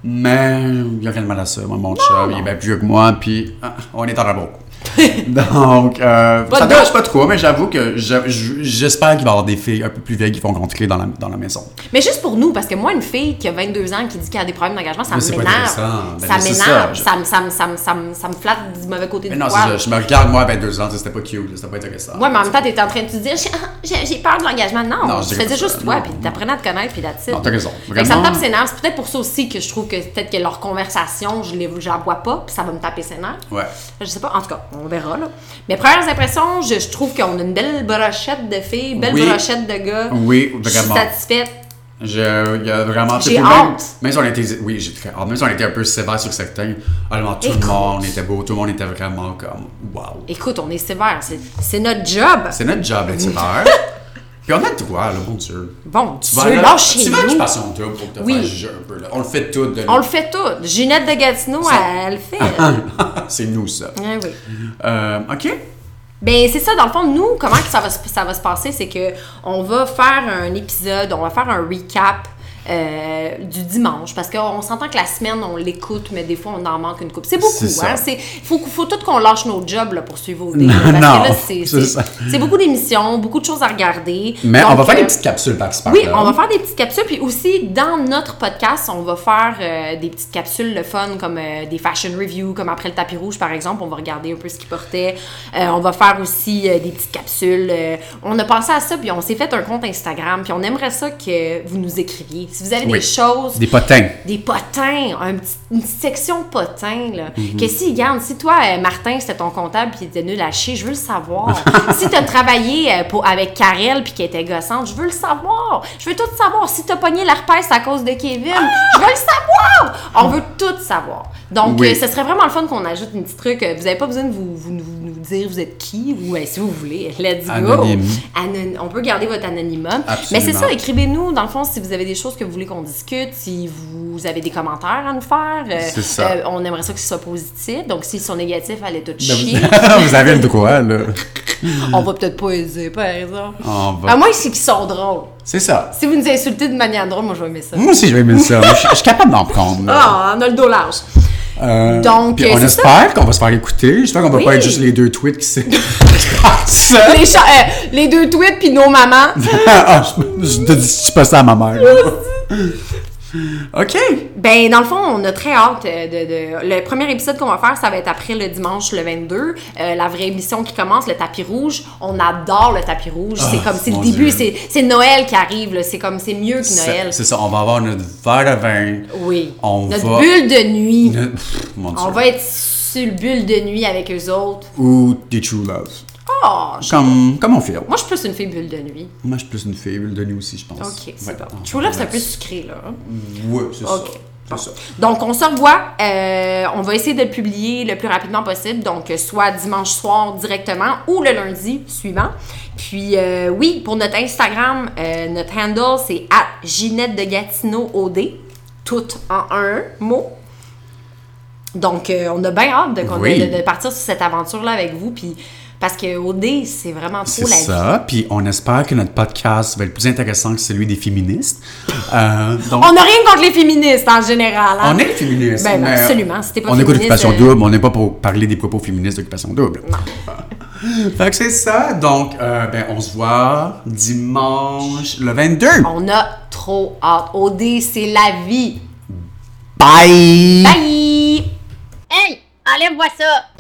Speaker 5: Mais il n'y a rien de mal à ça. Moi, mon chum, il est bien plus vieux que moi, puis ah, on est en amour. Donc, euh,
Speaker 4: Pas
Speaker 5: ça
Speaker 4: de
Speaker 5: ne dérange pas trop, mais j'avoue que je- je- j'espère qu'il va y avoir des filles un peu plus vieilles qui vont rentrer dans la, dans la maison.
Speaker 4: Mais juste pour nous, parce que moi, une fille qui a 22 ans qui dit qu'elle a des problèmes d'engagement, ça
Speaker 5: Mais c'est pas
Speaker 4: m'énerve.
Speaker 5: intéressant. Ben,
Speaker 4: Ça
Speaker 5: mais c'est
Speaker 4: m'énerve.
Speaker 5: ça.
Speaker 4: Ça, me- ça, me- ça, me- ça, me- ça me flatte du mauvais côté
Speaker 5: Mais
Speaker 4: du
Speaker 5: non, c'est
Speaker 4: poil.
Speaker 5: ça. Je me regarde, moi, à 22 ans, tu sais, c'était pas cute, c'était pas intéressant.
Speaker 4: Ouais, mais en même temps, t'es en train de te dire, j'ai j'ai peur de l'engagement. Non,
Speaker 5: Non, je
Speaker 4: tu
Speaker 5: dirais
Speaker 4: faisais
Speaker 5: pas ça.
Speaker 4: juste toi,
Speaker 5: Non,
Speaker 4: puis
Speaker 5: non.
Speaker 4: t'apprenais à te connaître, puis là-dessus.
Speaker 5: Non, t'as raison.
Speaker 4: ça me
Speaker 5: Vraiment.
Speaker 4: tape ses nerfs. C'est peut-être pour ça aussi que je trouve que peut-être que leur conversation, je, les, je la vois pas, puis ça va me taper ses nerfs.
Speaker 5: Ouais.
Speaker 4: Je sais pas, en tout cas, on verra là. Mes premières impressions, je, je trouve qu'on a une belle brochette de filles, belle
Speaker 5: Oui.
Speaker 4: brochette de gars.
Speaker 5: Oui,
Speaker 4: Je suis
Speaker 5: vraiment.
Speaker 4: satisfaite.
Speaker 5: Je, il y a vraiment. tu sais,
Speaker 4: J'ai
Speaker 5: puis même-
Speaker 4: honte.
Speaker 5: Même si on était, oui, j'ai très honte. Même si on était un peu sévère sur certains, vraiment tout
Speaker 4: Écoute.
Speaker 5: le monde était beau, tout le monde était vraiment comme, wow.
Speaker 4: Écoute, on est sévère, c'est- c'est notre job.
Speaker 5: C'est notre job d'être sévère. Puis on a le droit, là, mon Dieu.
Speaker 4: Bon, tu
Speaker 5: vas
Speaker 4: veux,
Speaker 5: là-
Speaker 4: lâche chez
Speaker 5: Tu vas
Speaker 4: nous.
Speaker 5: tu passes en double pour te
Speaker 4: Oui.
Speaker 5: faire juger un peu, là. On le fait tout de
Speaker 4: On le fait tout. Ginette de Gatineau,
Speaker 5: Ça-
Speaker 4: elle le fait.
Speaker 5: C'est nous, ça.
Speaker 4: Ah oui.
Speaker 5: Euh, OK.
Speaker 4: Ben c'est ça dans le fond nous comment que ça va se- ça va se passer c'est que on va faire un épisode, on va faire un recap euh, du dimanche parce qu'on s'entend que la semaine on l'écoute mais des fois on en manque une coupe. C'est beaucoup
Speaker 5: C'est ça.
Speaker 4: hein, c'est faut faut tout qu'on lâche nos jobs là, pour suivre vos délires, parce que
Speaker 5: Non,
Speaker 4: là
Speaker 5: non,
Speaker 4: c'est
Speaker 5: c'est
Speaker 4: c'est-
Speaker 5: ça.
Speaker 4: c'est beaucoup d'émissions, beaucoup de choses à regarder.
Speaker 5: Mais on
Speaker 4: Donc,
Speaker 5: va faire des
Speaker 4: euh,
Speaker 5: petites capsules par ci par
Speaker 4: oui, on va faire des petites capsules. Puis aussi, dans notre podcast, on va faire euh, des petites capsules le fun, comme euh, des fashion reviews, comme après le tapis rouge, par exemple. On va regarder un peu ce qu'il portait. Euh, on va faire aussi euh, des petites capsules. Euh, on a pensé à ça, puis on s'est fait un compte Instagram. Puis on aimerait ça que vous nous écriviez. Si vous avez des
Speaker 5: Oui.
Speaker 4: choses
Speaker 5: Des potins.
Speaker 4: des potins, un petit- une petite section potins. Là.
Speaker 5: Mhm.
Speaker 4: Que si, garde, si toi, euh, Martin, c'était ton comptable puis il était nul à chier, je veux le savoir. si t'as travaillé euh, pour, avec Karel puis qu'elle était gossante, je veux le savoir. Je veux tout savoir. Si t'as pogné l'herpès à cause de Kevin, je veux le savoir. On veut tout savoir. Donc,
Speaker 5: Oui.
Speaker 4: euh, ce serait vraiment le fun qu'on ajoute une petite truc. euh, Vous n'avez pas besoin de vous, vous- vous- nous dire vous êtes qui ou euh, si vous voulez, let's go.
Speaker 5: Anonyme.
Speaker 4: Anon- on peut garder votre anonymat. Mais
Speaker 5: Absolument.
Speaker 4: c'est ça, écrivez-nous, dans le fond, si vous avez des choses que vous voulez qu'on discute, si vous avez des commentaires à nous faire. euh,
Speaker 5: C'est ça.
Speaker 4: euh, on aimerait ça que ce soit positif. Donc, s'ils sont négatifs, allez tout
Speaker 5: Ben,
Speaker 4: chier.
Speaker 5: Vous... vous avez le droit, là.
Speaker 4: on va peut-être pas les dire, par exemple.
Speaker 5: On
Speaker 4: À
Speaker 5: va.
Speaker 4: moins que c'est qu'ils sont drôles.
Speaker 5: C'est ça.
Speaker 4: Si vous nous insultez de manière drôle, moi, je vais aimer ça.
Speaker 5: Moi aussi, je vais aimer ça. Je je suis capable d'en prendre. là.
Speaker 4: Ah, on a le dos large.
Speaker 5: Euh,
Speaker 4: Donc,
Speaker 5: puis
Speaker 4: euh,
Speaker 5: on
Speaker 4: c'est
Speaker 5: espère qu'on va se faire écouter. J'espère qu'on va
Speaker 4: Oui.
Speaker 5: pas être juste les deux tweets qui s'est- qui passent.
Speaker 4: Les, cha- euh, les deux tweets puis nos mamans.
Speaker 5: ah, je, je te dis, je suis pas ça à ma mère. ok.
Speaker 4: Ben, dans le fond, on a très hâte euh, de, de- Le premier épisode qu'on va faire, ça va être après le dimanche, le 22. Euh, la vraie émission qui commence, le tapis rouge. On adore le tapis rouge. c'est comme, c'est le
Speaker 5: Ah, mon
Speaker 4: début,
Speaker 5: Dieu.
Speaker 4: c'est c'est Noël qui arrive. là. C'est comme, c'est mieux que Noël.
Speaker 5: C'est c'est ça, on va avoir notre verre de vin.
Speaker 4: Oui.
Speaker 5: On
Speaker 4: Notre
Speaker 5: va-
Speaker 4: bulle de nuit.
Speaker 5: Une- pff, mon
Speaker 4: On
Speaker 5: Dieu.
Speaker 4: va être sur le bulle de nuit avec eux autres.
Speaker 5: Ou des true love.
Speaker 4: Oh, je-
Speaker 5: Comme, comme on fait.
Speaker 4: Moi, je suis plus une fille bulle de nuit.
Speaker 5: Moi, je suis plus une fille, de nous aussi, je pense.
Speaker 4: Ok, c'est
Speaker 5: Ouais.
Speaker 4: bon. True Love, c'est un peu sucré, là. hein.
Speaker 5: Ouais, c'est
Speaker 4: Ok.
Speaker 5: ça. C'est ça.
Speaker 4: Donc, on se revoit. Euh, on va essayer de le publier le plus rapidement possible. Donc, euh, soit dimanche soir directement ou le lundi suivant. Puis, euh, oui, pour notre Instagram, euh, notre handle, c'est à Ginette de Gatineau OD. Tout en un mot. Donc, euh, on a bien hâte de, qu'on-
Speaker 5: Oui.
Speaker 4: de- de partir sur cette aventure-là avec vous. Puis, parce que OD, c'est vraiment trop
Speaker 5: C'est
Speaker 4: la vie.
Speaker 5: ça. Puis on espère que notre podcast va être plus intéressant que celui des féministes. Euh, donc,
Speaker 4: On n'a rien contre les féministes en général. hein.
Speaker 5: on est féministes.
Speaker 4: Ben, ben,
Speaker 5: mais
Speaker 4: absolument. Si t'es pas
Speaker 5: On écoute
Speaker 4: féministe,
Speaker 5: Occupation
Speaker 4: euh,
Speaker 5: Double, on n'est pas pour parler des propos féministes d'Occupation Double. fait que c'est ça. Donc, euh, ben, on se voit dimanche le 22.
Speaker 4: On a trop hâte. OD, c'est la vie.
Speaker 5: Bye!
Speaker 4: Bye!
Speaker 2: Hey, allez voir ça.